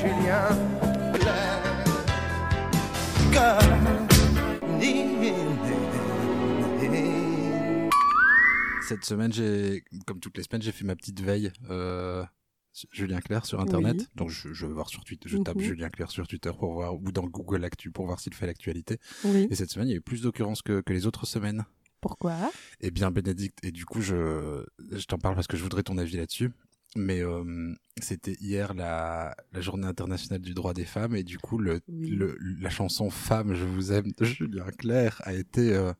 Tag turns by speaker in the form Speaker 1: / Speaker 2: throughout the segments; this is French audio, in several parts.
Speaker 1: Julien Blair.
Speaker 2: Cette semaine, j'ai, comme toutes les semaines, j'ai fait ma petite veille. euh, sur Julien Clerc sur internet
Speaker 3: Oui.
Speaker 2: donc je, je vais voir sur Twitter je
Speaker 3: Mhm.
Speaker 2: tape Julien Clerc sur Twitter pour voir ou dans Google Actu pour voir s'il fait l'actualité
Speaker 3: Oui.
Speaker 2: et cette semaine il y a eu plus d'occurrences que, que les autres semaines
Speaker 3: Pourquoi
Speaker 2: Eh bien, Bénédicte, et du coup, je, je t'en parle parce que je voudrais ton avis là-dessus. Mais euh, c'était hier la, la journée internationale du droit des femmes, et du coup, le,
Speaker 3: Oui.
Speaker 2: le- la chanson Femme, je vous aime de Julien Clerc a été euh,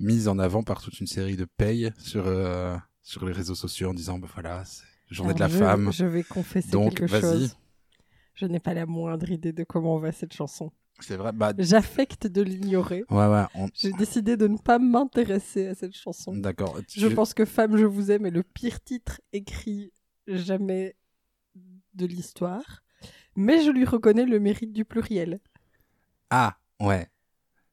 Speaker 2: mise en avant par toute une série de payes sur, euh, sur les réseaux sociaux en disant bah voilà, c'est journée de la
Speaker 3: Alors, Ah, je-
Speaker 2: femme.
Speaker 3: Je vais confesser
Speaker 2: Donc,
Speaker 3: quelque
Speaker 2: vas-y.
Speaker 3: chose. Je n'ai pas la moindre idée de comment va cette chanson.
Speaker 2: C'est vrai, bah.
Speaker 3: J'affecte de l'ignorer.
Speaker 2: Ouais, ouais, on-
Speaker 3: J'ai décidé de ne pas m'intéresser à cette chanson.
Speaker 2: d'accord. Tu-
Speaker 3: Je pense que Femme, je vous aime est le pire titre écrit jamais de l'histoire. Mais je lui reconnais le mérite du pluriel.
Speaker 2: Ah, ouais.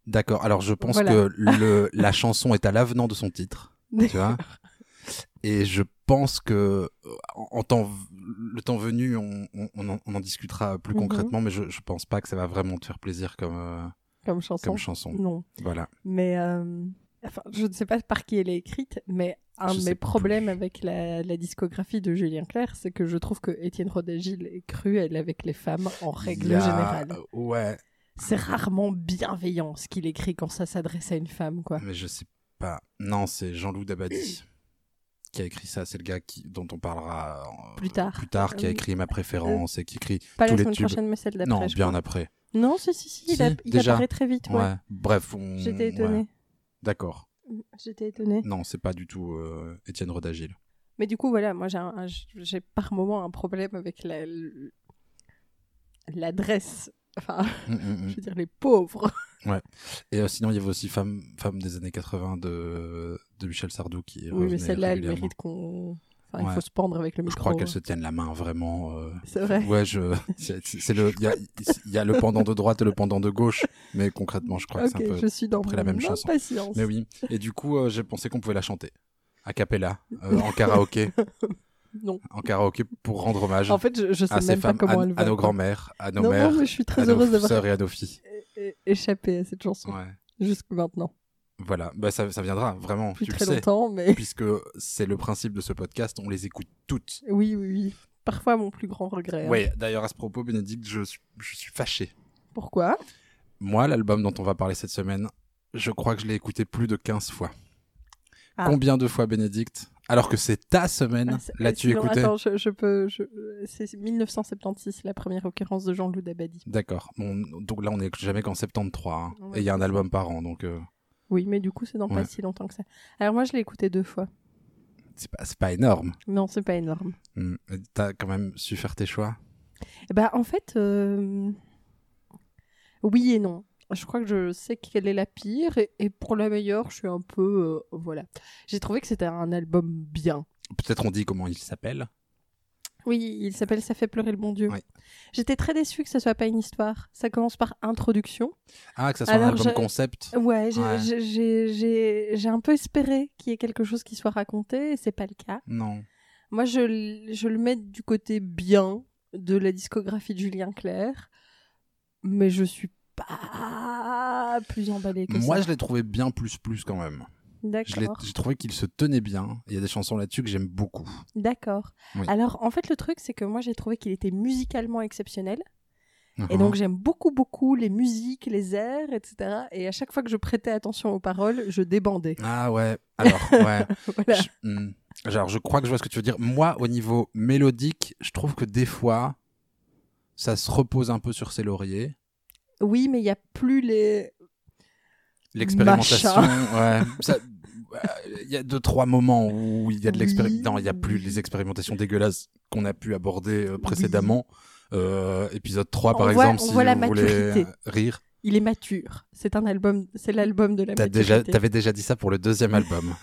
Speaker 2: D'accord. Alors, je pense
Speaker 3: Voilà.
Speaker 2: que le, la chanson est à l'avenant de son titre. tu vois. Et je pense que euh, en, en temps, le temps venu, on, on- on en, on en discutera plus
Speaker 3: Mhm.
Speaker 2: concrètement, mais je, je pense pas que ça va vraiment te faire plaisir comme, euh,
Speaker 3: Comme chanson.
Speaker 2: comme chanson.
Speaker 3: non.
Speaker 2: Voilà.
Speaker 3: Mais euh, enfin, je ne sais pas par qui elle est écrite, mais un
Speaker 2: Je
Speaker 3: de
Speaker 2: sais
Speaker 3: mes
Speaker 2: plus.
Speaker 3: problèmes avec la, la discographie de Julien Clerc, c'est que je trouve que Étienne Rodagil est cruel avec les femmes en règle
Speaker 2: Il y a-
Speaker 3: générale.
Speaker 2: euh, Ouais,
Speaker 3: C'est rarement bienveillant ce qu'il écrit quand ça s'adresse à une femme, quoi.
Speaker 2: mais je sais pas. Non, c'est Jean-Loup Dabadi qui a écrit ça. C'est le gars qui, dont on parlera euh,
Speaker 3: Plus tard.
Speaker 2: plus tard, qui a
Speaker 3: Euh,
Speaker 2: écrit ma préférence et qui écrit
Speaker 3: Pas
Speaker 2: tous
Speaker 3: la
Speaker 2: les
Speaker 3: semaine
Speaker 2: tubes.
Speaker 3: prochaine, mais celle d'après.
Speaker 2: non,
Speaker 3: je
Speaker 2: bien
Speaker 3: crois.
Speaker 2: après.
Speaker 3: Non, si, si, si, il,
Speaker 2: Si,
Speaker 3: a- il
Speaker 2: déjà.
Speaker 3: apparaît très vite, ouais.
Speaker 2: Ouais. Bref, on.
Speaker 3: J'étais
Speaker 2: ouais.
Speaker 3: étonnée.
Speaker 2: D'accord.
Speaker 3: J'étais étonnée.
Speaker 2: Non, c'est pas du tout euh, Étienne Rodagil.
Speaker 3: Mais du coup, voilà, moi j'ai, un- un- j'ai par moment un problème avec la, l'adresse. Enfin,
Speaker 2: Mm, mm, mm.
Speaker 3: je veux dire, les pauvres.
Speaker 2: Et euh, sinon, il y avait aussi Femme, Femme des années 80 de, de Michel Sardou qui
Speaker 3: Oui, mais
Speaker 2: revenait
Speaker 3: celle-là, elle
Speaker 2: régulièrement.
Speaker 3: mérite qu'on. Enfin, il
Speaker 2: Ouais.
Speaker 3: faut se pendre avec le
Speaker 2: Je
Speaker 3: micro. hein.
Speaker 2: crois qu'elles se tiennent la main vraiment. euh,
Speaker 3: C'est vrai.
Speaker 2: Ouais, je. c'est- C'est le. Il y a, il y a le pendant de droite et le pendant de gauche, mais concrètement, je crois
Speaker 3: ok,
Speaker 2: que c'est un peu.
Speaker 3: je suis dans
Speaker 2: près la même
Speaker 3: mon
Speaker 2: chanson.
Speaker 3: impatience.
Speaker 2: Mais oui. Et du coup, euh, j'ai pensé qu'on pouvait la chanter a cappella euh, en karaoké,
Speaker 3: Non.
Speaker 2: en karaoké pour rendre hommage
Speaker 3: En fait, je, je sais
Speaker 2: à ces
Speaker 3: même pas
Speaker 2: femmes,
Speaker 3: comment
Speaker 2: à,
Speaker 3: elle va.
Speaker 2: à nos grands-mères, à nos
Speaker 3: Non,
Speaker 2: mères,
Speaker 3: non, mais je suis
Speaker 2: à
Speaker 3: très heureuse
Speaker 2: nos
Speaker 3: d'avoir
Speaker 2: sœurs et à nos filles.
Speaker 3: é- é- échappé à cette chanson
Speaker 2: Ouais.
Speaker 3: jusque maintenant.
Speaker 2: Voilà. Bah, ça, ça viendra vraiment.
Speaker 3: Plus
Speaker 2: tu le
Speaker 3: très
Speaker 2: sais.
Speaker 3: longtemps, mais
Speaker 2: puisque c'est le principe de ce podcast, on les écoute toutes.
Speaker 3: oui, oui, oui. Parfois, mon plus grand regret. hein.
Speaker 2: Ouais, d'ailleurs à ce propos, Bénédicte, je, suis- je suis fâché.
Speaker 3: Pourquoi
Speaker 2: Moi, l'album dont on va parler cette semaine, je crois que je l'ai écouté plus de 15 fois.
Speaker 3: Ah.
Speaker 2: Combien de fois, Bénédicte Alors que c'est ta semaine,
Speaker 3: Ah, c'est-
Speaker 2: l'as-tu
Speaker 3: sinon,
Speaker 2: écouté
Speaker 3: Attends, je, je peux. je- C'est 1976, la première occurrence de Jean-Loup Dabadi.
Speaker 2: D'accord. Bon, donc là, on n'est jamais qu'en 73. hein.
Speaker 3: Ouais,
Speaker 2: Et il y a un
Speaker 3: c'est ça.
Speaker 2: album par an, donc euh,
Speaker 3: Oui, mais du coup, c'est dans
Speaker 2: Ouais.
Speaker 3: pas si longtemps que ça. Alors, moi, je l'ai écouté deux fois.
Speaker 2: c'est pas, c'est pas énorme.
Speaker 3: Non, c'est pas énorme.
Speaker 2: Hmm. T'as quand même su faire tes choix
Speaker 3: Bah, en fait, euh, oui et non. Je crois que je sais quelle est la pire, et, et pour la meilleure, je suis un peu. euh, voilà. J'ai trouvé que c'était un album bien.
Speaker 2: Peut-être on dit comment il s'appelle
Speaker 3: Oui, il s'appelle Ça fait pleurer le bon Dieu.
Speaker 2: Ouais.
Speaker 3: J'étais très déçue que ce soit pas une histoire. Ça commence par introduction.
Speaker 2: Ah, que ça soit un
Speaker 3: Alors,
Speaker 2: album
Speaker 3: je-
Speaker 2: concept
Speaker 3: Ouais, j'ai-
Speaker 2: Ouais.
Speaker 3: j'ai- j'ai j'ai- j'ai un peu espéré qu'il y ait quelque chose qui soit raconté, et c'est pas le cas.
Speaker 2: Non.
Speaker 3: Moi, je, l- je le mets du côté bien de la discographie de Julien Clerc, mais je suis pas plus emballée que
Speaker 2: Moi,
Speaker 3: ça.
Speaker 2: je l'ai trouvé bien plus plus quand même. Je l'ai-
Speaker 3: D'accord.
Speaker 2: J'ai trouvé qu'il se tenait bien. Il y a des chansons là-dessus que j'aime beaucoup.
Speaker 3: D'accord.
Speaker 2: Oui.
Speaker 3: Alors, en fait, le truc, c'est que moi, j'ai trouvé qu'il était musicalement exceptionnel. Et
Speaker 2: Mhm.
Speaker 3: donc, j'aime beaucoup, beaucoup les musiques, les airs, etc. Et à chaque fois que je prêtais attention aux paroles, je débandais.
Speaker 2: Ah ouais. Alors, ouais.
Speaker 3: Voilà.
Speaker 2: Je- hmm. Genre, je crois que je vois ce que tu veux dire. Moi, au niveau mélodique, je trouve que des fois, ça se repose un peu sur ses lauriers.
Speaker 3: Oui, mais il n'y a plus les.
Speaker 2: L'expérimentation, ouais. Ça- ouais, Il y a deux, trois moments où il y a de
Speaker 3: Oui.
Speaker 2: l'expérimentation. Non, il n'y a plus les expérimentations dégueulasses qu'on a pu aborder euh, précédemment. Euh, épisode 3,
Speaker 3: On
Speaker 2: par
Speaker 3: voit-
Speaker 2: exemple,
Speaker 3: on
Speaker 2: si
Speaker 3: voit la
Speaker 2: vous voulez
Speaker 3: maturité.
Speaker 2: euh, rire.
Speaker 3: Il est mature. C'est un album. C'est l'album de la
Speaker 2: T'as
Speaker 3: maturité.
Speaker 2: déjà, t'avais déjà dit ça pour le deuxième album.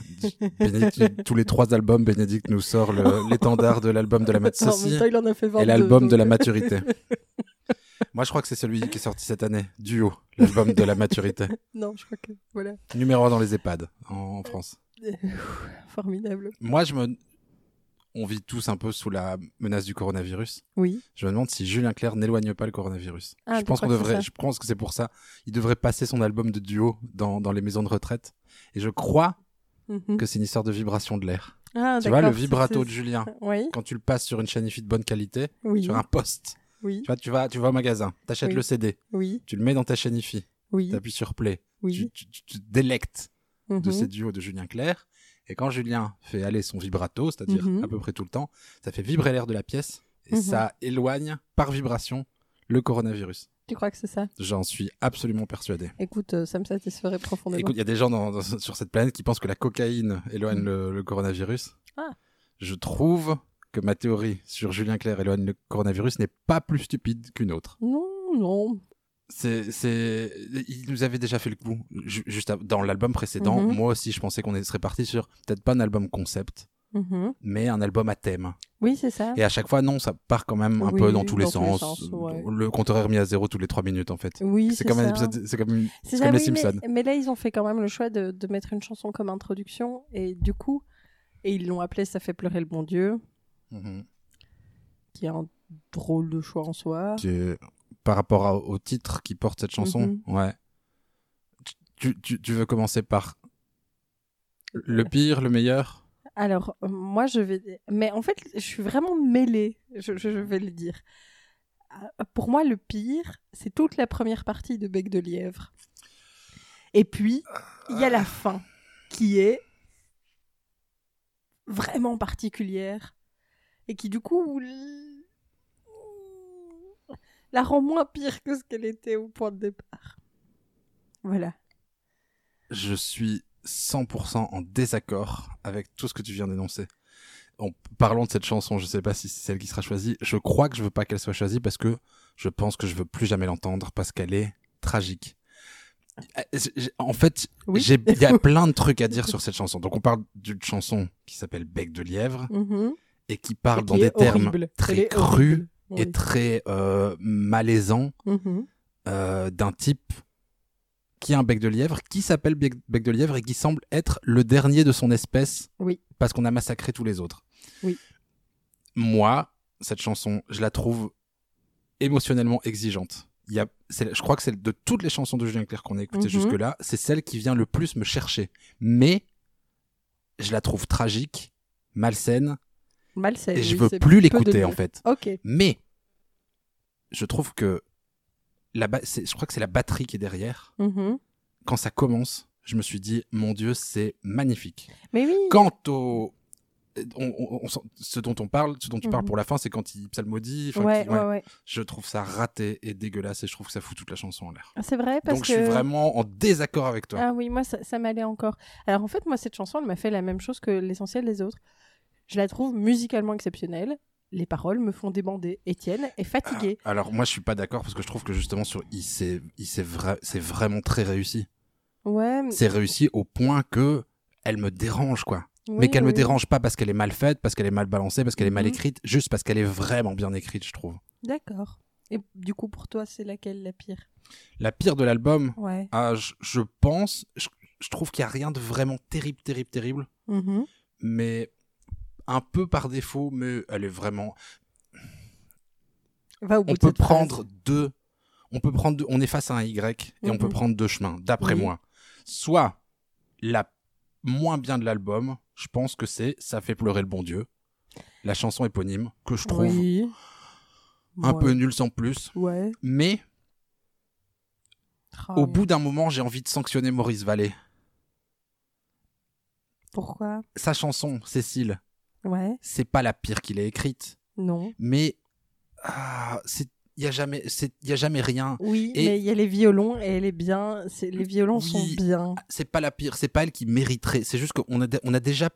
Speaker 2: Bénédicte- tous les trois albums, Bénédicte nous sort le- l'étendard de l'album de la
Speaker 3: Attends, en même temps,
Speaker 2: maturité
Speaker 3: il en a fait 22.
Speaker 2: et l'album de
Speaker 3: donc,
Speaker 2: la
Speaker 3: euh,
Speaker 2: maturité. Moi, je crois que c'est celui qui est sorti cette année, Duo, l'album de la maturité.
Speaker 3: Non, je crois que voilà,
Speaker 2: Numéro un dans les EHPAD en, en France.
Speaker 3: formidable.
Speaker 2: Moi, je me, on vit tous un peu sous la menace du coronavirus.
Speaker 3: Oui.
Speaker 2: Je me demande si Julien Clerc n'éloigne pas le coronavirus.
Speaker 3: Ah,
Speaker 2: je pense
Speaker 3: tu
Speaker 2: qu'on
Speaker 3: crois que c'est
Speaker 2: devrait,
Speaker 3: ça
Speaker 2: je pense que c'est pour ça. Il devrait passer son album de duo dans, dans les maisons de retraite. Et je crois
Speaker 3: Mhm.
Speaker 2: que c'est une histoire de vibration de l'air.
Speaker 3: Ah,
Speaker 2: Tu vois, le
Speaker 3: d'accord, c'est-
Speaker 2: vibrato
Speaker 3: c'est-
Speaker 2: de Julien.
Speaker 3: Oui,
Speaker 2: Quand tu le passes sur une chaîne IFI de bonne qualité,
Speaker 3: oui,
Speaker 2: sur un poste,
Speaker 3: oui,
Speaker 2: tu vois, tu vas, tu vas au magasin, t'achètes
Speaker 3: Oui.
Speaker 2: le CD,
Speaker 3: oui,
Speaker 2: tu le mets dans ta chaîne IFI,
Speaker 3: oui,
Speaker 2: t'appuies sur play,
Speaker 3: oui.
Speaker 2: tu, tu, tu- tu te délectes de
Speaker 3: Mhm.
Speaker 2: ces duos de Julien Clerc. Et quand Julien fait aller son vibrato, c'est-à-dire
Speaker 3: Mhm.
Speaker 2: à peu près tout le temps, ça fait vibrer l'air de la pièce et
Speaker 3: Mhm.
Speaker 2: ça éloigne par vibration le coronavirus.
Speaker 3: Tu crois que c'est ça
Speaker 2: J'en suis absolument persuadé.
Speaker 3: Écoute, euh, ça me satisferait profondément.
Speaker 2: Écoute, il y a des gens dans- dans- sur cette planète qui pensent que la cocaïne éloigne
Speaker 3: Mhm.
Speaker 2: le, le coronavirus.
Speaker 3: Ah.
Speaker 2: Je trouve que ma théorie sur Julien Clerc éloigne le coronavirus n'est pas plus stupide qu'une autre.
Speaker 3: Non, non.
Speaker 2: C'est, c'est, il nous avait déjà fait le coup ju- juste av- dans l'album précédent.
Speaker 3: Mhm.
Speaker 2: Moi aussi, je pensais qu'on est- serait parti sur peut-être pas un album concept,
Speaker 3: Mhm.
Speaker 2: mais un album à thème.
Speaker 3: Oui, c'est ça.
Speaker 2: Et à chaque fois, non, ça part quand même un
Speaker 3: Ah. Oui,
Speaker 2: peu dans tous les
Speaker 3: dans tous les
Speaker 2: sens.
Speaker 3: sens, ouais.
Speaker 2: Le compteur est remis à zéro tous les trois minutes en fait.
Speaker 3: Oui,
Speaker 2: c'est comme un
Speaker 3: ça.
Speaker 2: épisode, c'est comme une-
Speaker 3: C'est
Speaker 2: comme les
Speaker 3: oui, mais-
Speaker 2: Simpsons.
Speaker 3: Mais, là, ils ont fait quand même le choix de, de mettre une chanson comme introduction. Et du coup, et ils l'ont appelé Ça fait pleurer le bon Dieu,
Speaker 2: Mhm.
Speaker 3: qui est un drôle de choix en soi.
Speaker 2: qui est- par rapport à- au titre qui porte cette chanson.
Speaker 3: Mhm.
Speaker 2: Ouais. Tu, tu- tu veux commencer par le pire, le meilleur
Speaker 3: Alors, euh, moi, je vais. Mais en fait, je suis vraiment mêlée, je, je- je vais le dire. Euh, Pour moi, le pire, c'est toute la première partie de Bec de Lièvre. Et puis, il y a la fin, qui est vraiment particulière. Et qui, du coup, l- la rend moins pire que ce qu'elle était au point de départ. Voilà.
Speaker 2: Je suis 100% en désaccord avec tout ce que tu viens d'énoncer. En parlons de cette chanson, je sais pas si c'est celle qui sera choisie. Je crois que je veux pas qu'elle soit choisie parce que je pense que je veux plus jamais l'entendre parce qu'elle est tragique. Euh, j- j- En fait,
Speaker 3: Oui.
Speaker 2: j'ai- il y a plein de trucs à dire sur cette chanson. Donc on parle d'une chanson qui s'appelle Bec de lièvre
Speaker 3: Mhm.
Speaker 2: et qui parle
Speaker 3: Et qui
Speaker 2: dans des
Speaker 3: est
Speaker 2: termes
Speaker 3: horrible. Elle
Speaker 2: très
Speaker 3: est
Speaker 2: crus
Speaker 3: horrible. Oui.
Speaker 2: et très euh, malaisant
Speaker 3: Mhm.
Speaker 2: euh, d'un type qui a un bec de lièvre, qui s'appelle bec bec de lièvre et qui semble être le dernier de son espèce
Speaker 3: Oui.
Speaker 2: parce qu'on a massacré tous les autres.
Speaker 3: Oui.
Speaker 2: Moi, cette chanson, je la trouve émotionnellement exigeante. Il y a, c'est- je crois que c'est de toutes les chansons de Julien Clerc qu'on a écoutées
Speaker 3: Mhm.
Speaker 2: jusque-là, c'est celle qui vient le plus me chercher. Mais je la trouve tragique, malsaine,
Speaker 3: Malsaine.
Speaker 2: et je
Speaker 3: Eh oui,
Speaker 2: veux
Speaker 3: c'est
Speaker 2: plus
Speaker 3: peu de
Speaker 2: l'écouter
Speaker 3: mieux.
Speaker 2: en fait.
Speaker 3: Ok.
Speaker 2: Mais je trouve que la ba- c'est- je crois que c'est la batterie qui est derrière.
Speaker 3: Mhm.
Speaker 2: Quand ça commence, je me suis dit, mon Dieu, c'est magnifique.
Speaker 3: Mais oui.
Speaker 2: Quant au. euh, on- on- on s'en- ce dont on parle, ce dont tu parles
Speaker 3: Mhm.
Speaker 2: pour la fin, c'est quand il psalmodie. enfin,
Speaker 3: ouais,
Speaker 2: qu'il- ouais.
Speaker 3: ouais, ouais.
Speaker 2: Je trouve ça raté et dégueulasse et je trouve que ça fout toute la chanson en l'air.
Speaker 3: C'est vrai parce
Speaker 2: Donc
Speaker 3: que.
Speaker 2: je suis vraiment en désaccord avec toi.
Speaker 3: Ah oui, moi ça, ça m'allait encore. Alors en fait, moi cette chanson, elle m'a fait la même chose que l'essentiel des autres. Je la trouve musicalement exceptionnelle. Les paroles me font débander. Étienne est fatigué.
Speaker 2: Ah, Alors moi je suis pas d'accord parce que je trouve que justement sur il s'est il s'est vra- c'est vraiment très réussi.
Speaker 3: Ah. Ouais.
Speaker 2: C'est réussi au point que elle me dérange quoi. mais
Speaker 3: oui,
Speaker 2: qu'elle me
Speaker 3: oui.
Speaker 2: dérange pas parce qu'elle est mal faite, parce qu'elle est mal balancée, parce qu'elle est mal
Speaker 3: Mhm.
Speaker 2: écrite, juste parce qu'elle est vraiment bien écrite, je trouve.
Speaker 3: D'accord. Et du coup, pour toi, c'est laquelle la pire
Speaker 2: La pire de l'album,
Speaker 3: Ouais.
Speaker 2: ah, je, je pense, je, je trouve qu'il y a rien de vraiment terrible, terrible, terrible,
Speaker 3: Mhm.
Speaker 2: mais un peu par défaut, mais elle est vraiment.
Speaker 3: Va au bout
Speaker 2: On
Speaker 3: de
Speaker 2: peut
Speaker 3: cette phrase.
Speaker 2: prendre deux, on peut prendre, deux- on est face à un Y et on
Speaker 3: Mhm.
Speaker 2: peut prendre deux chemins, d'après
Speaker 3: Oui.
Speaker 2: moi. Soit la moins bien de l'album, je pense que c'est ça fait pleurer le bon Dieu, la chanson éponyme que je trouve
Speaker 3: Oui.
Speaker 2: un
Speaker 3: Ouais.
Speaker 2: peu nulle sans plus.
Speaker 3: Ouais.
Speaker 2: Mais
Speaker 3: Ah
Speaker 2: au
Speaker 3: ouais.
Speaker 2: bout d'un moment, j'ai envie de sanctionner Maurice Vallée.
Speaker 3: Pourquoi
Speaker 2: Sa chanson, Cécile,
Speaker 3: Ouais.
Speaker 2: c'est pas la pire qu'il ait écrite,
Speaker 3: Non.
Speaker 2: mais ah, c'est il y a jamais c'est il y a jamais rien.
Speaker 3: Oui,
Speaker 2: Et-
Speaker 3: mais il y a les violons et elle est bien. c'est- Les violons
Speaker 2: Oui.
Speaker 3: sont bien.
Speaker 2: C'est pas la pire, c'est pas elle qui mériterait. C'est juste qu'on a dé- on a déjà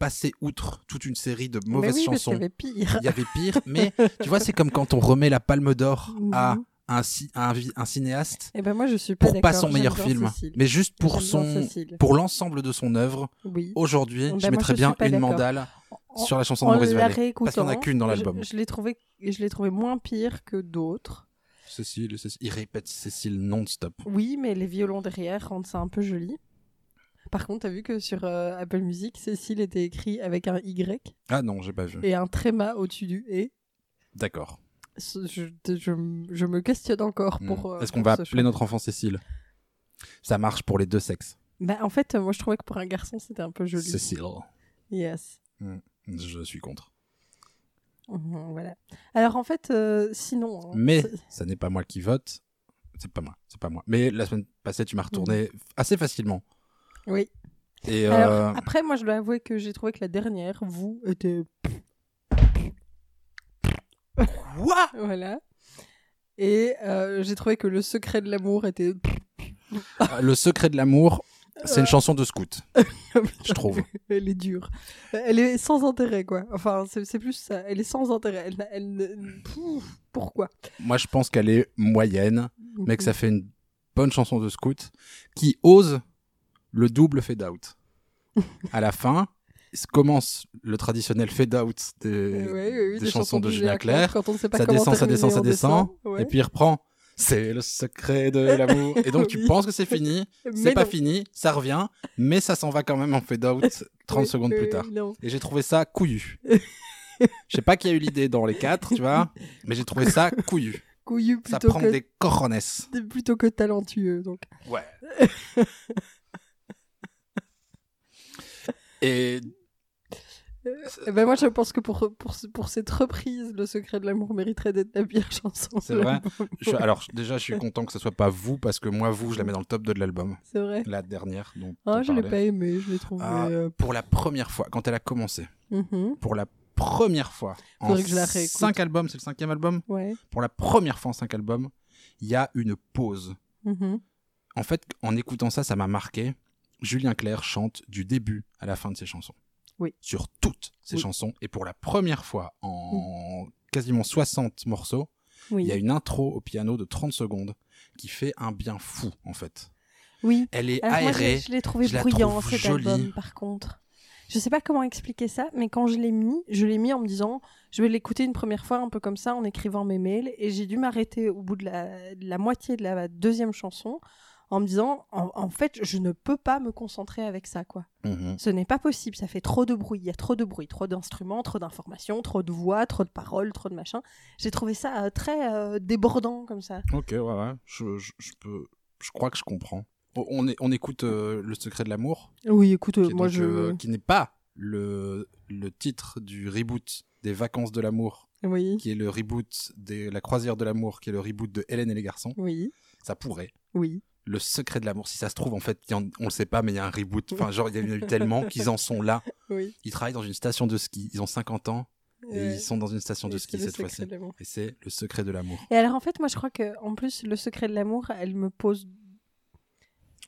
Speaker 2: passé outre toute une série de mauvaises
Speaker 3: mais oui,
Speaker 2: chansons.
Speaker 3: Parce qu'il y avait pire.
Speaker 2: Il y avait pire, mais tu vois, c'est comme quand on remet la Palme d'Or à
Speaker 3: Mhm.
Speaker 2: un, ci- un vi- un cinéaste
Speaker 3: Eh ben moi je suis
Speaker 2: Ah.
Speaker 3: pas
Speaker 2: pour
Speaker 3: d'accord.
Speaker 2: pas son
Speaker 3: J'aime
Speaker 2: meilleur
Speaker 3: bien
Speaker 2: film,
Speaker 3: Cécile.
Speaker 2: mais juste pour
Speaker 3: J'aime bien
Speaker 2: son
Speaker 3: Cécile.
Speaker 2: pour l'ensemble de son œuvre.
Speaker 3: Oui.
Speaker 2: Aujourd'hui,
Speaker 3: Ben,
Speaker 2: je
Speaker 3: moi,
Speaker 2: mettrais
Speaker 3: je suis
Speaker 2: bien
Speaker 3: pas
Speaker 2: une
Speaker 3: d'accord.
Speaker 2: mandale
Speaker 3: En-
Speaker 2: Oh, sur la chanson de
Speaker 3: En
Speaker 2: Maurice
Speaker 3: la
Speaker 2: Vallée.
Speaker 3: réécoutant,
Speaker 2: Parce qu'il y en a qu'une dans
Speaker 3: je-
Speaker 2: l'album.
Speaker 3: Je, l'ai trouvé, je l'ai trouvé moins pire que d'autres.
Speaker 2: Cécile, Cécile. Il répète Cécile non-stop.
Speaker 3: Oui, mais les violons derrière rendent ça un peu joli. Par contre, t'as vu que sur euh, Apple Music, Cécile était écrit avec un Y
Speaker 2: Ah non, j'ai pas vu.
Speaker 3: et un tréma au-dessus du et.
Speaker 2: D'accord.
Speaker 3: Ce- Je, te- je m- je me questionne encore
Speaker 2: Hmm.
Speaker 3: pour. euh,
Speaker 2: Est-ce qu'on
Speaker 3: pour
Speaker 2: va
Speaker 3: ce
Speaker 2: appeler
Speaker 3: choix.
Speaker 2: notre enfant Cécile Ça marche pour les deux sexes.
Speaker 3: Bah, en fait, euh, moi, je trouvais que pour un garçon, c'était un peu joli.
Speaker 2: Cécile.
Speaker 3: Yes.
Speaker 2: Je suis contre.
Speaker 3: Mhm, voilà. Alors, en fait, euh, sinon. hein,
Speaker 2: Mais
Speaker 3: c'est-
Speaker 2: ça n'est pas moi qui vote. C'est pas moi. C'est pas moi. Mais la semaine passée, tu m'as retourné assez facilement.
Speaker 3: Oui.
Speaker 2: Et euh,
Speaker 3: Mhm. Alors, après, moi, je dois avouer que j'ai trouvé que la dernière, vous, était.
Speaker 2: Quoi
Speaker 3: Voilà. Et euh, j'ai trouvé que le secret de l'amour était.
Speaker 2: Euh, le secret de l'amour,
Speaker 3: Euh.
Speaker 2: c'est une chanson de scout, je trouve.
Speaker 3: Elle est dure. Euh, Elle est sans intérêt, quoi. Enfin, c'est c'est plus ça. Elle est sans intérêt. Elle, elle ne- Pouf, pourquoi
Speaker 2: Moi, je pense qu'elle est moyenne, mais que ça fait une bonne chanson de scout qui ose le double fade out. À la fin, s- commence le traditionnel fade out des,
Speaker 3: Ouais, ouais, ouais,
Speaker 2: des chansons de Julien Clerc.
Speaker 3: Quand on ne sait pas
Speaker 2: Ça
Speaker 3: comment
Speaker 2: descend, ça
Speaker 3: terminer,
Speaker 2: descend, ça
Speaker 3: on
Speaker 2: descend.
Speaker 3: ouais.
Speaker 2: Et puis il reprend. C'est le secret de l'amour. Et donc tu
Speaker 3: Oui.
Speaker 2: penses que c'est fini,
Speaker 3: Mais
Speaker 2: c'est pas
Speaker 3: non.
Speaker 2: fini, ça revient, mais ça s'en va quand même en fade out 30
Speaker 3: Oui,
Speaker 2: secondes
Speaker 3: oui,
Speaker 2: plus tard.
Speaker 3: euh, non.
Speaker 2: Et j'ai trouvé ça couillu. Je sais pas qui a eu l'idée dans les quatre, tu vois, mais j'ai trouvé ça couillu.
Speaker 3: Couillu
Speaker 2: Ça
Speaker 3: plutôt
Speaker 2: prend
Speaker 3: que
Speaker 2: des corones.
Speaker 3: plutôt que talentueux. Donc.
Speaker 2: Ouais. Et
Speaker 3: Eh ben moi, je pense que pour, pour, ce- pour cette reprise, le secret de l'amour mériterait d'être la pire chanson.
Speaker 2: C'est
Speaker 3: de
Speaker 2: vrai
Speaker 3: l'album.
Speaker 2: je- alors déjà, je suis content que ce soit pas vous parce que moi, vous, je la mets dans le top 2 de l'album,
Speaker 3: C'est vrai.
Speaker 2: la dernière. dont
Speaker 3: Ah,
Speaker 2: on
Speaker 3: je l'ai
Speaker 2: parlait.
Speaker 3: pas aimé, je l'ai trouvé.
Speaker 2: Ah.
Speaker 3: euh,
Speaker 2: Pour la première fois, quand elle a commencé,
Speaker 3: mhm,
Speaker 2: pour la première fois en
Speaker 3: Faudrait que je la réécoute.
Speaker 2: cinq albums, c'est le cinquième album.
Speaker 3: Ouais.
Speaker 2: Pour la première fois en cinq albums, il y a une pause.
Speaker 3: mhm.
Speaker 2: En fait, en écoutant ça, ça m'a marqué. Julien Clerc chante du début à la fin de ses chansons.
Speaker 3: Oui.
Speaker 2: Sur toutes ses
Speaker 3: Oui.
Speaker 2: chansons. Et pour la première fois en quasiment 60 morceaux,
Speaker 3: Oui.
Speaker 2: il y a une intro au piano de 30 secondes qui fait un bien fou, en fait.
Speaker 3: oui.
Speaker 2: Elle est
Speaker 3: Alors moi, je l'ai-
Speaker 2: aérée.
Speaker 3: Ah, je l'ai trouvé
Speaker 2: je la
Speaker 3: bruyant
Speaker 2: trouve
Speaker 3: cet
Speaker 2: jolie.
Speaker 3: album par contre. Je sais pas comment expliquer ça, mais quand je l'ai mis, je l'ai mis en me disant je vais l'écouter une première fois un peu comme ça en écrivant mes mails et j'ai dû m'arrêter au bout de la, de la moitié de la deuxième chanson en me disant en, en fait je ne peux pas me concentrer avec ça quoi.
Speaker 2: Mhm.
Speaker 3: Ce n'est pas possible, ça fait trop de bruit, il y a trop de bruit, trop d'instruments, trop d'informations, trop de voix, trop de paroles, trop de machin. J'ai trouvé ça euh, très euh, débordant comme ça.
Speaker 2: Ok, ouais, ouais. Je, je- je peux... je crois que je comprends. O- Oh, On, est- on écoute euh, Le secret de l'amour,
Speaker 3: Oui, écoute,
Speaker 2: qui, est
Speaker 3: moi
Speaker 2: donc,
Speaker 3: je
Speaker 2: euh, qui n'est pas le, le titre du reboot des Vacances de l'amour,
Speaker 3: oui,
Speaker 2: qui est le reboot de La croisière de l'amour, qui est le reboot de Hélène et les garçons.
Speaker 3: oui,
Speaker 2: Ça pourrait.
Speaker 3: oui.
Speaker 2: Le secret de l'amour, si ça se trouve, en fait, il y en- on le sait pas, mais il y a un reboot. Enfin, genre, il y en a eu tellement qu'ils en sont là.
Speaker 3: Oui.
Speaker 2: Ils travaillent dans une station de ski. Ils ont 50 ans et
Speaker 3: ouais.
Speaker 2: ils sont dans une station de
Speaker 3: Et
Speaker 2: ski
Speaker 3: c'est le
Speaker 2: cette
Speaker 3: secret
Speaker 2: fois-ci.
Speaker 3: de l'amour.
Speaker 2: Et c'est le secret de l'amour.
Speaker 3: Et alors en fait, moi je crois que en plus le secret de l'amour, elle me pose.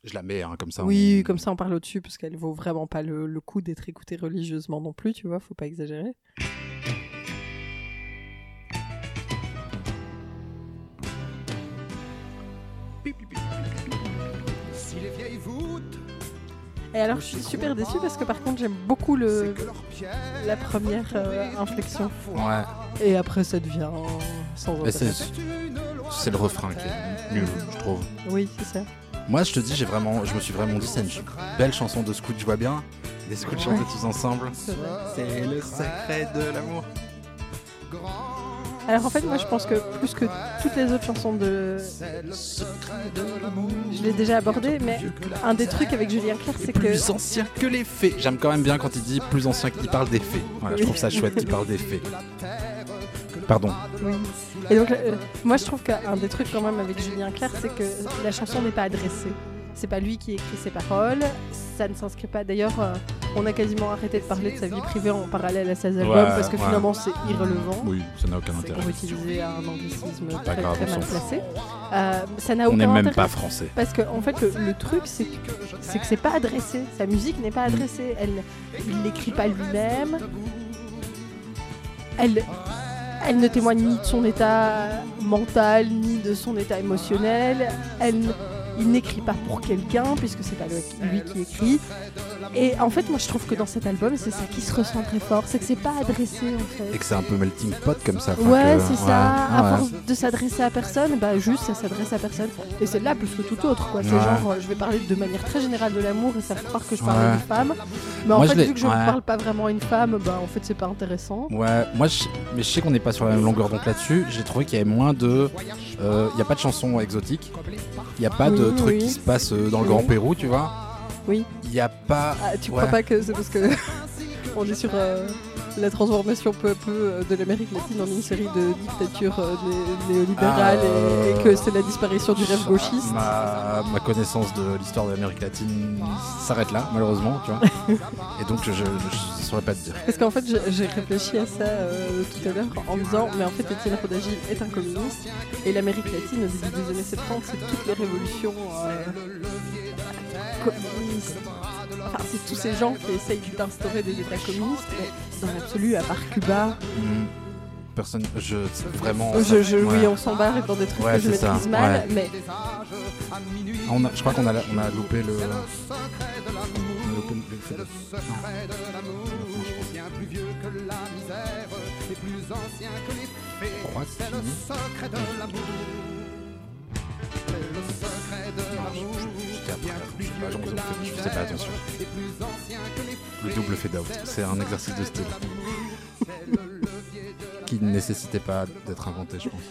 Speaker 2: Je la mets hein, comme ça.
Speaker 3: oui,
Speaker 2: on-
Speaker 3: comme ça on parle au-dessus parce qu'elle vaut vraiment pas le, le coup d'être écoutée religieusement non plus, tu vois, faut pas exagérer.
Speaker 1: Si les vieilles voûtes,
Speaker 3: Et alors je suis super déçue parce que par contre j'aime beaucoup
Speaker 1: c'est
Speaker 3: le.
Speaker 1: que leurs pierres
Speaker 3: la première,
Speaker 1: font tomber
Speaker 3: euh,
Speaker 1: toute
Speaker 3: inflexion.
Speaker 1: la foi.
Speaker 3: Et après ça devient sans
Speaker 2: Mais c'est-
Speaker 3: intérêt.
Speaker 1: C'est une loi
Speaker 2: C'est le
Speaker 1: de la
Speaker 2: refrain qui est
Speaker 1: terre.
Speaker 2: nul, je trouve.
Speaker 3: Oui, c'est ça.
Speaker 2: Moi, je te dis, j'ai vraiment, je me suis vraiment dit, c'est une belle chanson de scout, je vois bien. Les scouts chantaient tous ensemble.
Speaker 3: c'est vrai.
Speaker 2: C'est le secret de l'amour.
Speaker 3: Alors en fait, moi je pense que plus que toutes les autres chansons de.
Speaker 1: C'est le secret de l'amour.
Speaker 3: Je l'ai déjà abordé, mais un des trucs avec Julien Clerc, c'est que.
Speaker 2: Plus ancien que les fées. J'aime quand même bien quand il dit plus ancien qu'il parle des fées. Voilà, je trouve ça chouette qu'il parle des fées. Pardon.
Speaker 3: Et donc, euh, moi, je trouve qu'un des trucs quand même avec Julien Clerc, c'est que la chanson n'est pas adressée. C'est pas lui qui écrit ses paroles. Ça ne s'inscrit pas. D'ailleurs, euh, on a quasiment arrêté de parler de sa vie privée en parallèle à ses albums
Speaker 2: Ouais,
Speaker 3: parce que
Speaker 2: ouais.
Speaker 3: finalement, c'est irrelevant.
Speaker 2: Oui, ça n'a aucun intérêt.
Speaker 3: Pour utiliser un anglicisme
Speaker 2: Pas
Speaker 3: très,
Speaker 2: grave,
Speaker 3: très
Speaker 2: on
Speaker 3: mal
Speaker 2: s'en fout.
Speaker 3: placé. Euh, ça n'a
Speaker 2: On n'est
Speaker 3: aucun
Speaker 2: même
Speaker 3: intérêt.
Speaker 2: pas français.
Speaker 3: Parce que en fait, le, le truc, c'est que c'est que c'est pas adressé. Sa musique n'est pas adressée. Elle, il l'écrit pas lui-même. Elle, elle ne témoigne ni de son état mental ni de son état émotionnel. Elle, n- il n'écrit pas pour quelqu'un puisque c'est pas lui lui qui écrit. Et en fait, moi, je trouve que dans cet album, c'est ça qui se ressent très fort, c'est que c'est pas adressé en fait.
Speaker 2: Et que c'est un peu melting pot comme ça. enfin
Speaker 3: Ouais,
Speaker 2: que-
Speaker 3: c'est
Speaker 2: ouais,
Speaker 3: ça.
Speaker 2: ouais.
Speaker 3: À force de s'adresser à personne, bah juste ça s'adresse à personne. Et c'est là plus que tout autre, quoi. C'est
Speaker 2: Ouais.
Speaker 3: genre, euh, je vais parler de manière très générale de l'amour et ça fait croire que je parle
Speaker 2: Ouais.
Speaker 3: à une femme. Mais en
Speaker 2: Moi, je
Speaker 3: fait,
Speaker 2: l'ai-
Speaker 3: vu que je
Speaker 2: ouais.
Speaker 3: ne parle pas vraiment à une femme, bah en fait, c'est pas intéressant.
Speaker 2: Ouais, moi je, mais je sais qu'on n'est pas sur la même longueur donc là-dessus, j'ai trouvé qu'il y avait moins de. euh, Il n'y a pas de chansons exotiques, il n'y a pas de
Speaker 3: Oui,
Speaker 2: trucs
Speaker 3: oui.
Speaker 2: qui se passent euh, dans le Grand
Speaker 3: Oui.
Speaker 2: Pérou, tu vois.
Speaker 3: Oui.
Speaker 2: Il n'y a pas.
Speaker 3: Ah, tu
Speaker 2: Ouais.
Speaker 3: crois pas que c'est parce que on est sur euh, la transformation peu à peu euh, de l'Amérique latine en une série de dictatures euh, né- néolibérales
Speaker 2: Ah, euh,
Speaker 3: et, et que c'est la disparition du rêve gauchiste
Speaker 2: Ma, ma connaissance de l'histoire de l'Amérique latine s'arrête là, malheureusement, tu vois. Et donc je ne saurais pas te dire.
Speaker 3: Parce qu'en fait, j'ai- j'ai réfléchi à ça euh, tout à l'heure en me disant, mais en fait, Étienne Rodagy est un communiste et l'Amérique latine, au début des années 70, c'est toutes les révolutions euh, communistes. Enfin, c'est tous ces gens qui essayent d'instaurer des États communistes, mais dans l'absolu, à part Cuba,
Speaker 2: Hmm. Personne. Je. c'est Vraiment.
Speaker 3: Euh, je, je,
Speaker 2: Oh, ouais.
Speaker 3: oui, on s'embarre dans des trucs
Speaker 2: Ouais,
Speaker 3: que je
Speaker 2: c'est ça,
Speaker 3: maîtrise mal, mais
Speaker 2: On a- je crois qu'on a, la- on a loupé le. On a loupé le- le- le-
Speaker 1: Bien plus vieux que la misère et plus ancien que les
Speaker 2: je crois que c'est fini.
Speaker 1: secrets de l'amour. C'est le secret de
Speaker 2: Non,
Speaker 1: l'amour.
Speaker 2: Ah, je- je- j'étais après, je sais pas, j'en- j'en- je faisais pas attention. Le double fade out, c'est un exercice de style. Qui ne nécessitait pas d'être inventé, je pense.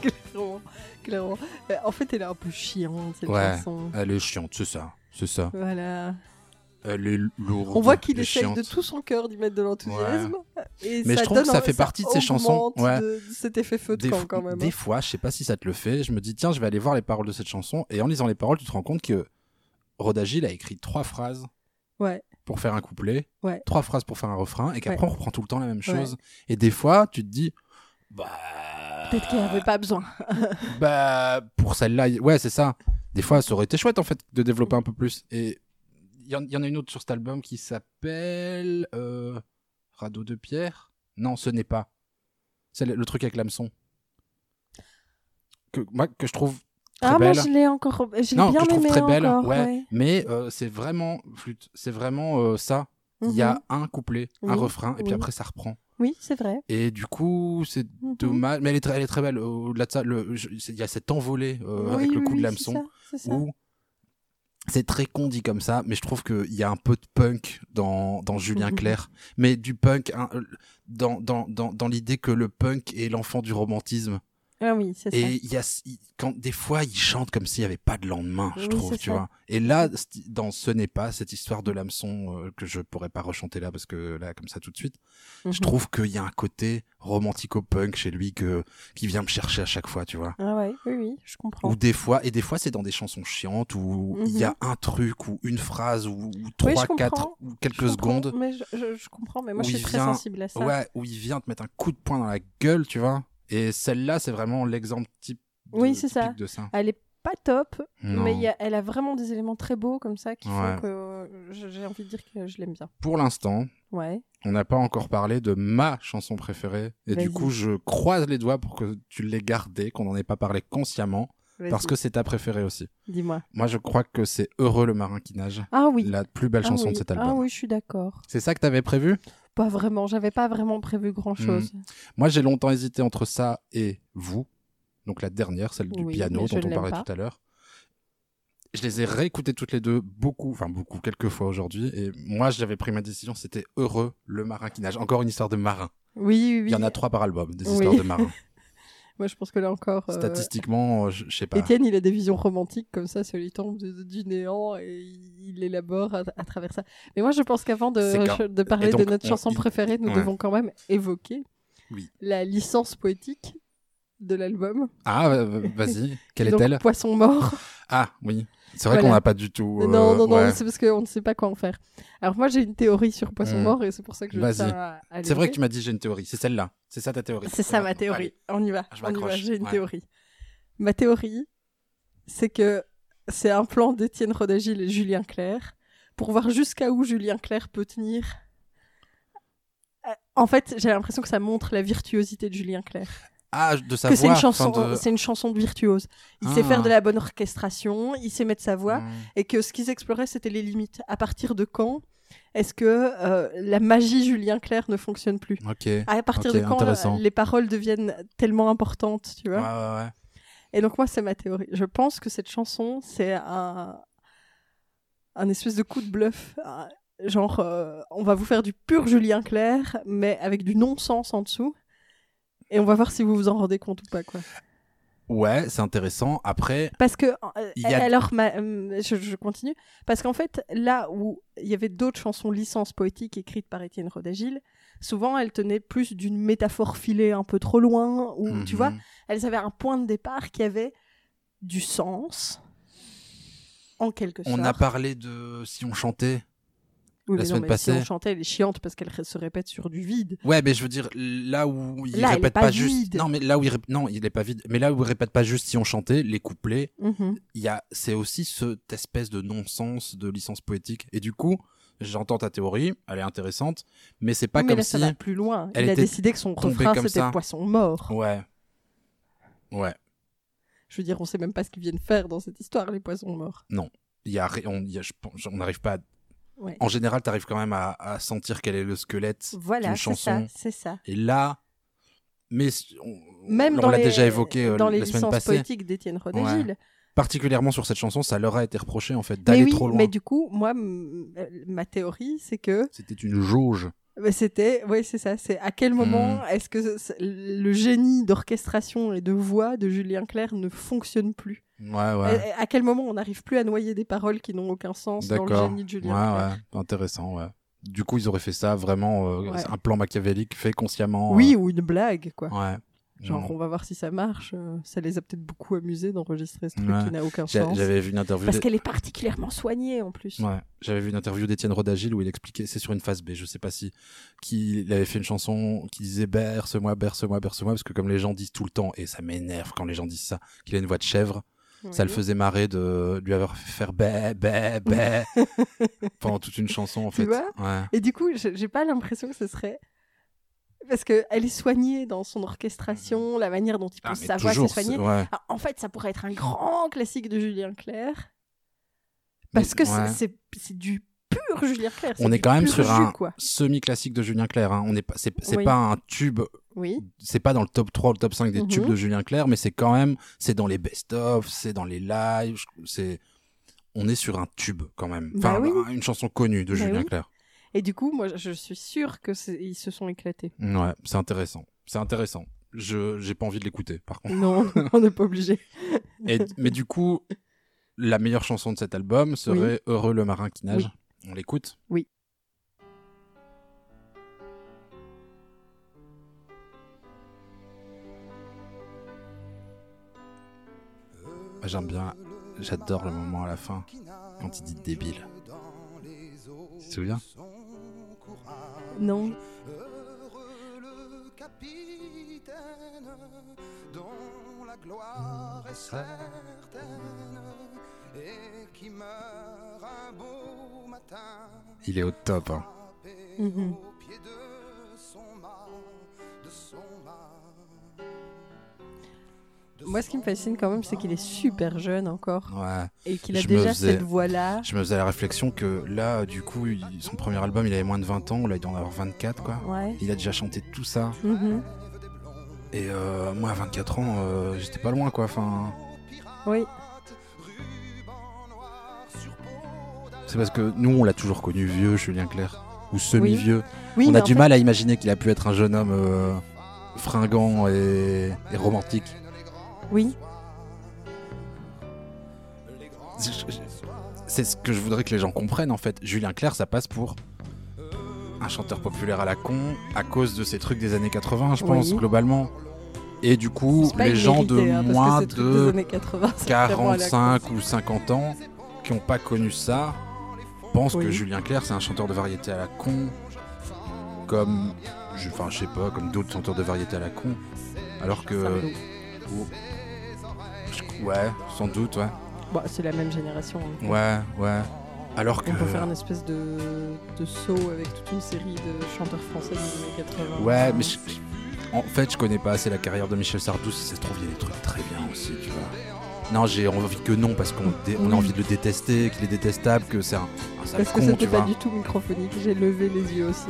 Speaker 3: clairement, clairement. Euh, En fait, elle est un peu chiante, cette
Speaker 2: Ouais.
Speaker 3: chanson.
Speaker 2: Elle est chiante, c'est ça. C'est ça.
Speaker 3: Voilà.
Speaker 2: Elle est lourde.
Speaker 3: On voit qu'il
Speaker 2: elle est
Speaker 3: essaye de
Speaker 2: chiante.
Speaker 3: tout son cœur d'y mettre de l'enthousiasme. Et
Speaker 2: Mais je trouve
Speaker 3: donne
Speaker 2: que ça
Speaker 3: un-
Speaker 2: fait partie de ces chansons,
Speaker 3: augmente
Speaker 2: ouais.
Speaker 3: de- de cet effet feu de
Speaker 2: Des,
Speaker 3: camp
Speaker 2: fo-
Speaker 3: quand même. hein.
Speaker 2: des fois, je sais pas si ça te le fait, je me dis tiens, je vais aller voir les paroles de cette chanson et en lisant les paroles, tu te rends compte que Rodagil a écrit trois phrases
Speaker 3: Ouais.
Speaker 2: pour faire un couplet,
Speaker 3: Ouais.
Speaker 2: trois phrases pour faire un refrain et qu'après on reprend tout le temps la même
Speaker 3: Ouais.
Speaker 2: chose. Et des fois, tu te dis bah
Speaker 3: Peut-être qu'elle avait pas
Speaker 2: Ah,
Speaker 3: besoin.
Speaker 2: bah pour celle-là, y- ouais, c'est ça. Des fois, ça aurait été chouette en fait de développer un peu plus. Et il y, en- il y en a une autre sur cet album qui s'appelle euh, Radeau de pierre. Non, ce n'est pas. C'est le, le truc avec l'hameçon. Que moi que je trouve très
Speaker 4: Ah, moi
Speaker 2: belle.
Speaker 4: je l'ai encore. Je l'ai
Speaker 2: non,
Speaker 4: bien
Speaker 2: que je trouve
Speaker 4: aimé
Speaker 2: très belle.
Speaker 4: encore.
Speaker 2: ouais.
Speaker 4: ouais.
Speaker 2: Mais euh, c'est vraiment flûte. C'est vraiment euh, ça. Il y a
Speaker 4: Mm-hmm.
Speaker 2: un couplet, un
Speaker 3: Oui,
Speaker 2: refrain, et puis
Speaker 3: oui.
Speaker 2: après ça reprend.
Speaker 3: Mhm. Oui, c'est vrai.
Speaker 2: Et du coup, c'est
Speaker 4: Mhm.
Speaker 2: dommage. Mais elle est très, elle est très belle. Au-delà de ça, le- je- il y a cet envolé euh,
Speaker 4: Oui,
Speaker 2: avec le
Speaker 4: oui,
Speaker 2: coup
Speaker 4: oui,
Speaker 2: de
Speaker 4: c'est
Speaker 2: l'hameçon
Speaker 4: ça, c'est ça.
Speaker 2: où c'est très condi comme ça, mais je trouve qu'il y a un peu de punk dans, dans Julien
Speaker 3: Mhm.
Speaker 2: Clerc. Mais du punk, hein, euh, dans, dans, dans, dans l'idée que le punk est l'enfant du romantisme.
Speaker 3: Ah oui, c'est ça.
Speaker 2: Et il y a, il- quand, des fois, il chante comme s'il n'y avait pas de lendemain, je
Speaker 3: Oui,
Speaker 2: trouve,
Speaker 3: c'est
Speaker 2: tu
Speaker 3: ça.
Speaker 2: vois. Et là, c'ti- dans Ce n'est pas, cette histoire de l'hameçon, euh, que je pourrais pas rechanter là, parce que là, comme ça, tout de suite, je
Speaker 3: Mhm.
Speaker 2: trouve qu'il y a un côté romantico-punk chez lui que, qui vient me chercher à chaque fois, tu vois.
Speaker 3: Ah ouais, oui, oui, je comprends.
Speaker 2: Ou des fois, et des fois c'est dans des chansons chiantes où il y a un truc ou une phrase ou, ou
Speaker 3: Oui, je
Speaker 2: trois, quatre
Speaker 3: comprends.
Speaker 2: ou
Speaker 3: Je
Speaker 2: quelques
Speaker 3: comprends,
Speaker 2: secondes.
Speaker 3: Mais je, je- je comprends, mais moi
Speaker 2: où
Speaker 3: je
Speaker 2: il
Speaker 3: suis très
Speaker 2: vient-
Speaker 3: sensible à ça.
Speaker 2: Ouais, où il vient te mettre un coup de poing dans la gueule, tu vois. Et celle-là, c'est vraiment l'exemple type de,
Speaker 3: Oui, c'est
Speaker 2: typique
Speaker 3: ça.
Speaker 2: de ça.
Speaker 3: Elle est pas top,
Speaker 2: Non.
Speaker 3: mais il y a- elle a vraiment des éléments très beaux comme ça qui
Speaker 2: Ouais.
Speaker 3: font que euh, je- j'ai envie de dire que je l'aime bien.
Speaker 2: Pour l'instant,
Speaker 3: Ouais.
Speaker 2: on n'a pas encore parlé de ma chanson préférée. Et
Speaker 3: Vas-y.
Speaker 2: du coup, je croise les doigts pour que tu l'aies gardée, qu'on n'en ait pas parlé consciemment,
Speaker 3: vas-y,
Speaker 2: parce que c'est ta préférée aussi.
Speaker 3: Dis-moi.
Speaker 2: Moi, je crois que c'est Heureux le marin qui nage,
Speaker 3: Ah oui.
Speaker 2: la plus belle
Speaker 3: Ah
Speaker 2: chanson
Speaker 3: oui.
Speaker 2: de cet album.
Speaker 3: Ah oui, je suis d'accord.
Speaker 2: C'est ça que t'avais prévu
Speaker 3: Pas vraiment, j'avais pas vraiment prévu grand chose.
Speaker 2: Hmm. Moi, j'ai longtemps hésité entre ça et vous. Donc la dernière, celle du
Speaker 3: Oui,
Speaker 2: piano
Speaker 3: mais je
Speaker 2: dont
Speaker 3: ne
Speaker 2: on
Speaker 3: l'aime
Speaker 2: parlait
Speaker 3: pas.
Speaker 2: tout à l'heure. Je les ai réécoutées toutes les deux beaucoup, enfin beaucoup, quelques fois aujourd'hui. Et moi, j'avais pris ma décision, c'était Heureux, le marin qui nage. Encore une histoire de marin.
Speaker 3: Oui, oui, oui.
Speaker 2: Il y en a trois par album, des
Speaker 3: Oui.
Speaker 2: histoires de marin.
Speaker 3: Moi, je pense que là encore. euh,
Speaker 2: Statistiquement, euh, je je sais pas.
Speaker 3: Étienne, il a des visions romantiques comme ça, celui tombe de- de- du néant et il élabore à, à travers ça. Mais moi, je pense qu'avant
Speaker 2: C'est quand-
Speaker 3: de, de parler
Speaker 2: et donc,
Speaker 3: de notre
Speaker 2: on-
Speaker 3: chanson
Speaker 2: il-
Speaker 3: préférée, nous
Speaker 2: ouais.
Speaker 3: devons quand même évoquer
Speaker 2: Oui.
Speaker 3: la licence poétique de l'album.
Speaker 2: Ah, euh, vas-y. Quelle
Speaker 3: Donc,
Speaker 2: est-elle
Speaker 3: Poisson mort.
Speaker 2: Ah, oui. C'est vrai
Speaker 3: Voilà.
Speaker 2: qu'on n'a pas du tout. euh,
Speaker 3: non, non, non,
Speaker 2: ouais.
Speaker 3: c'est parce qu'on ne sait pas quoi en faire. Alors, moi, j'ai une théorie sur Poisson
Speaker 2: Mm.
Speaker 3: mort et c'est pour ça que je
Speaker 2: Vas-y.
Speaker 3: tiens à- à
Speaker 2: C'est vrai
Speaker 3: l'évoquer.
Speaker 2: que tu m'as dit j'ai une théorie. C'est celle-là. C'est ça ta théorie.
Speaker 3: C'est ça
Speaker 2: Ouais.
Speaker 3: ma théorie.
Speaker 2: Allez.
Speaker 3: On y va.
Speaker 2: Je
Speaker 3: On y va.
Speaker 2: m'accroche.
Speaker 3: J'ai une
Speaker 2: Ouais.
Speaker 3: théorie. Ma théorie, c'est que c'est un plan d'Étienne Rodagil et Julien Clerc pour voir jusqu'à où Julien Clerc peut tenir. Euh, En fait, j'ai l'impression que ça montre la virtuosité de Julien Clerc.
Speaker 2: ah, de sa
Speaker 3: que c'est
Speaker 2: voix.
Speaker 3: une chanson,
Speaker 2: enfin, de-
Speaker 3: c'est une chanson de virtuose. Il sait
Speaker 2: Ah.
Speaker 3: faire de la bonne orchestration, il sait mettre sa voix,
Speaker 2: Mm.
Speaker 3: et que ce qu'ils exploraient, c'était les limites. À partir de quand est-ce que euh, la magie Julien Clerc ne fonctionne plus
Speaker 2: Ok. Ouais,
Speaker 3: À partir
Speaker 2: Ok,
Speaker 3: de quand
Speaker 2: intéressant.
Speaker 3: euh, les paroles deviennent tellement importantes, tu vois
Speaker 2: ouais, ouais.
Speaker 3: Et donc moi, c'est ma théorie. Je pense que cette chanson, c'est un un espèce de coup de bluff. un- Genre, euh, on va vous faire du pur Julien Clerc, mais avec du non-sens en dessous. Et on va voir si vous vous en rendez compte ou pas, quoi.
Speaker 2: Ouais, c'est intéressant. Après,
Speaker 3: Parce que, euh,
Speaker 2: Il y a-
Speaker 3: alors, ma- euh, je, je continue. Parce qu'en fait, là où il y avait d'autres chansons licences poétiques écrites par Étienne Rodagil, souvent elles tenaient plus d'une métaphore filée un peu trop loin, ou Hmm, tu
Speaker 2: mhm.
Speaker 3: vois, elles avaient un point de départ qui avait du sens, en quelque sorte.
Speaker 2: on a parlé de si on chantait.
Speaker 3: Oui,
Speaker 2: la
Speaker 3: mais non,
Speaker 2: semaine
Speaker 3: mais si
Speaker 2: passée.
Speaker 3: on chantait, elle est chiante parce qu'elle se répète sur du vide.
Speaker 2: Ouais, mais je veux dire là où il
Speaker 3: Là, elle est
Speaker 2: répète
Speaker 3: pas
Speaker 2: juste.
Speaker 3: vide.
Speaker 2: Non, mais là où il rép- non, il est pas vide. Mais là où il répète pas juste si on chantait les couplets,
Speaker 3: Mm-hmm.
Speaker 2: il y a c'est aussi cette espèce de non-sens de licence poétique. Et du coup, j'entends ta théorie, elle est intéressante, mais c'est pas
Speaker 3: Oui, mais
Speaker 2: comme
Speaker 3: là,
Speaker 2: si.
Speaker 3: ça va plus loin.
Speaker 2: elle
Speaker 3: Il a
Speaker 2: était
Speaker 3: décidé que son
Speaker 2: tombée
Speaker 3: refrain,
Speaker 2: comme ça.
Speaker 3: c'était poisson mort.
Speaker 2: Ouais. Ouais.
Speaker 3: Je veux dire, on sait même pas ce qu'ils viennent faire dans cette histoire, les poissons morts.
Speaker 2: Il y a, ri- on, il y a- je pense- on n'arrive pas. à-
Speaker 3: Ouais.
Speaker 2: En général, t'arrives quand même à, à sentir quel est le squelette.
Speaker 3: Voilà,
Speaker 2: d'une
Speaker 3: c'est
Speaker 2: chanson.
Speaker 3: ça, c'est ça.
Speaker 2: Et là, mais c- on,
Speaker 3: Même
Speaker 2: on
Speaker 3: dans
Speaker 2: l'a
Speaker 3: les-
Speaker 2: déjà évoqué euh,
Speaker 3: dans
Speaker 2: la
Speaker 3: les
Speaker 2: semaine
Speaker 3: licences
Speaker 2: passée.
Speaker 3: poétiques d'Étienne Rodégil.
Speaker 2: Particulièrement sur cette chanson, ça leur a été reproché en fait
Speaker 3: mais
Speaker 2: d'aller
Speaker 3: oui,
Speaker 2: trop loin.
Speaker 3: mais du coup, moi, m- euh, ma théorie, c'est que
Speaker 2: C'était une jauge.
Speaker 3: bah, c'était, oui, c'est ça. C'est à quel
Speaker 2: Hmm.
Speaker 3: moment est-ce que ce- ce- le génie d'orchestration et de voix de Julien Clerc ne fonctionne plus
Speaker 2: Ouais, ouais.
Speaker 3: Et- et À quel moment on n'arrive plus à noyer des paroles qui n'ont aucun sens dans le
Speaker 2: D'accord.
Speaker 3: génie de
Speaker 2: Ouais,
Speaker 3: Julien Clerc
Speaker 2: ouais. Intéressant, ouais. Du coup, ils auraient fait ça vraiment euh,
Speaker 3: Ouais.
Speaker 2: un plan machiavélique fait consciemment.
Speaker 3: Oui, ou une blague, quoi.
Speaker 2: euh, ouais.
Speaker 3: Genre,
Speaker 2: Mm.
Speaker 3: on va voir si ça marche. euh, Ça les a peut-être beaucoup amusés d'enregistrer ce truc
Speaker 2: Ouais.
Speaker 3: qui n'a aucun
Speaker 2: J'a-
Speaker 3: sens.
Speaker 2: J'avais vu une interview.
Speaker 3: Parce
Speaker 2: d'É-
Speaker 3: qu'elle est particulièrement soignée en plus.
Speaker 2: Ouais, j'avais vu une interview d'Étienne Rodagil où il expliquait, c'est sur une phase B, je sais pas si, qu'il avait fait une chanson qui disait berce-moi, berce-moi, berce-moi, parce que comme les gens disent tout le temps, et ça m'énerve quand les gens disent ça, qu'il a une voix de chèvre, ça le
Speaker 3: Oui.
Speaker 2: faisait marrer de lui avoir fait faire bé, bé, bé pendant toute une chanson en
Speaker 3: Tu
Speaker 2: fait.
Speaker 3: vois
Speaker 2: ouais.
Speaker 3: Et du coup, je- j'ai pas l'impression que ce serait. Parce qu'elle est soignée dans son orchestration, la manière dont il
Speaker 2: Ah,
Speaker 3: pense
Speaker 2: mais
Speaker 3: sa voix, c'est
Speaker 2: toujours,
Speaker 3: soigné.
Speaker 2: c'est- ouais.
Speaker 3: Ah, en fait, ça pourrait être un grand classique de Julien Clerc. Parce
Speaker 2: Mais-
Speaker 3: que c'est-
Speaker 2: ouais.
Speaker 3: c'est c'est du pur Julien Clerc.
Speaker 2: On
Speaker 3: c'est
Speaker 2: est
Speaker 3: du
Speaker 2: quand même
Speaker 3: pur
Speaker 2: sur
Speaker 3: jus,
Speaker 2: un-
Speaker 3: Quoi.
Speaker 2: semi-classique de Julien Clerc, hein. on n'est pas, c'est c'est
Speaker 3: Oui.
Speaker 2: pas un tube
Speaker 3: Oui.
Speaker 2: c'est pas dans le top 3 ou le top 5 des
Speaker 3: Mhm.
Speaker 2: tubes de Julien Clerc, mais c'est quand même, c'est dans les best-of, c'est dans les lives, je- c'est, on est sur un tube quand même.
Speaker 3: Bah
Speaker 2: Enfin,
Speaker 3: oui.
Speaker 2: un- une chanson connue de
Speaker 3: Bah
Speaker 2: Julien
Speaker 3: oui.
Speaker 2: Clerc.
Speaker 3: Et du coup, moi, je suis sûre que c'est- ils se sont éclatés.
Speaker 2: Ouais, c'est intéressant. C'est intéressant. Je, j'ai pas envie de l'écouter, par contre.
Speaker 3: Non, on n'est pas obligé.
Speaker 2: Et, mais du coup, la meilleure chanson de cet album serait Heureux le marin qui nage. On l'écoute?
Speaker 3: Oui.
Speaker 2: Bah, J'aime bien, j'adore le moment à la fin.
Speaker 1: quand il dit débile. Tu
Speaker 2: te souviens
Speaker 3: Non.
Speaker 1: Heureux le capitaine dont la gloire est certaine et qui meurt un beau matin.
Speaker 2: Il est au top, hein.
Speaker 1: frappé
Speaker 3: Mhm.
Speaker 1: au pied de son mât, de son mât. De
Speaker 3: Moi, ce qui me
Speaker 1: son
Speaker 3: fascine quand même, c'est qu'il est super jeune encore
Speaker 2: Ouais.
Speaker 3: et qu'il a
Speaker 2: Je me
Speaker 3: déjà
Speaker 2: faisais-
Speaker 3: cette voix-là.
Speaker 2: Je me faisais la réflexion que là, du coup, il- son premier album, il avait moins de 20 ans, là, il doit en avoir 24, quoi.
Speaker 3: Ouais.
Speaker 2: Il a déjà chanté tout ça.
Speaker 3: Mhm.
Speaker 2: Et euh, moi, à 24 ans, euh, j'étais pas loin, quoi. Enfin,
Speaker 3: Oui.
Speaker 2: c'est parce que nous, on l'a toujours connu vieux, Julien Clerc, ou semi-vieux.
Speaker 3: Oui,
Speaker 2: on
Speaker 3: mais
Speaker 2: a
Speaker 3: en
Speaker 2: du
Speaker 3: fait-
Speaker 2: mal à imaginer qu'il a pu être un jeune homme euh, fringant et, et romantique.
Speaker 3: Oui.
Speaker 2: Je- je- C'est ce que je voudrais que les gens comprennent, en fait. Julien Clerc, ça passe pour un chanteur populaire à la con à cause de ces trucs des années 80, je
Speaker 3: Oui.
Speaker 2: pense, globalement. Et du coup,
Speaker 3: C'est pas
Speaker 2: les gens
Speaker 3: immérité,
Speaker 2: de
Speaker 3: hein, parce que
Speaker 2: moins
Speaker 3: ces trucs des
Speaker 2: de
Speaker 3: années 80, c'est vraiment à la
Speaker 2: 45 ou 50 ans qui n'ont pas connu ça pensent que
Speaker 3: Oui.
Speaker 2: Julien Clerc c'est un chanteur de variété à la con, comme je, enfin je sais pas, comme d'autres chanteurs de variété à la con, alors que
Speaker 3: Sardou.
Speaker 2: ou- je- ouais, sans doute ouais,
Speaker 3: Bon, c'est la même génération. hein.
Speaker 2: ouais, euh, ouais, alors que
Speaker 3: On peut faire une espèce de, de saut avec toute une série de chanteurs français des années 80.
Speaker 2: ouais, mais je- En fait, je connais pas assez la carrière de Michel Sardou. Si ça se trouve, il y a des trucs très bien aussi, tu vois. Non, j'ai envie que non, parce qu'on dé- on a envie de le détester, qu'il est détestable, que c'est un, un sale
Speaker 3: Parce que
Speaker 2: con, tu
Speaker 3: c'était pas
Speaker 2: vois.
Speaker 3: du tout microphonique, j'ai levé les yeux aussi.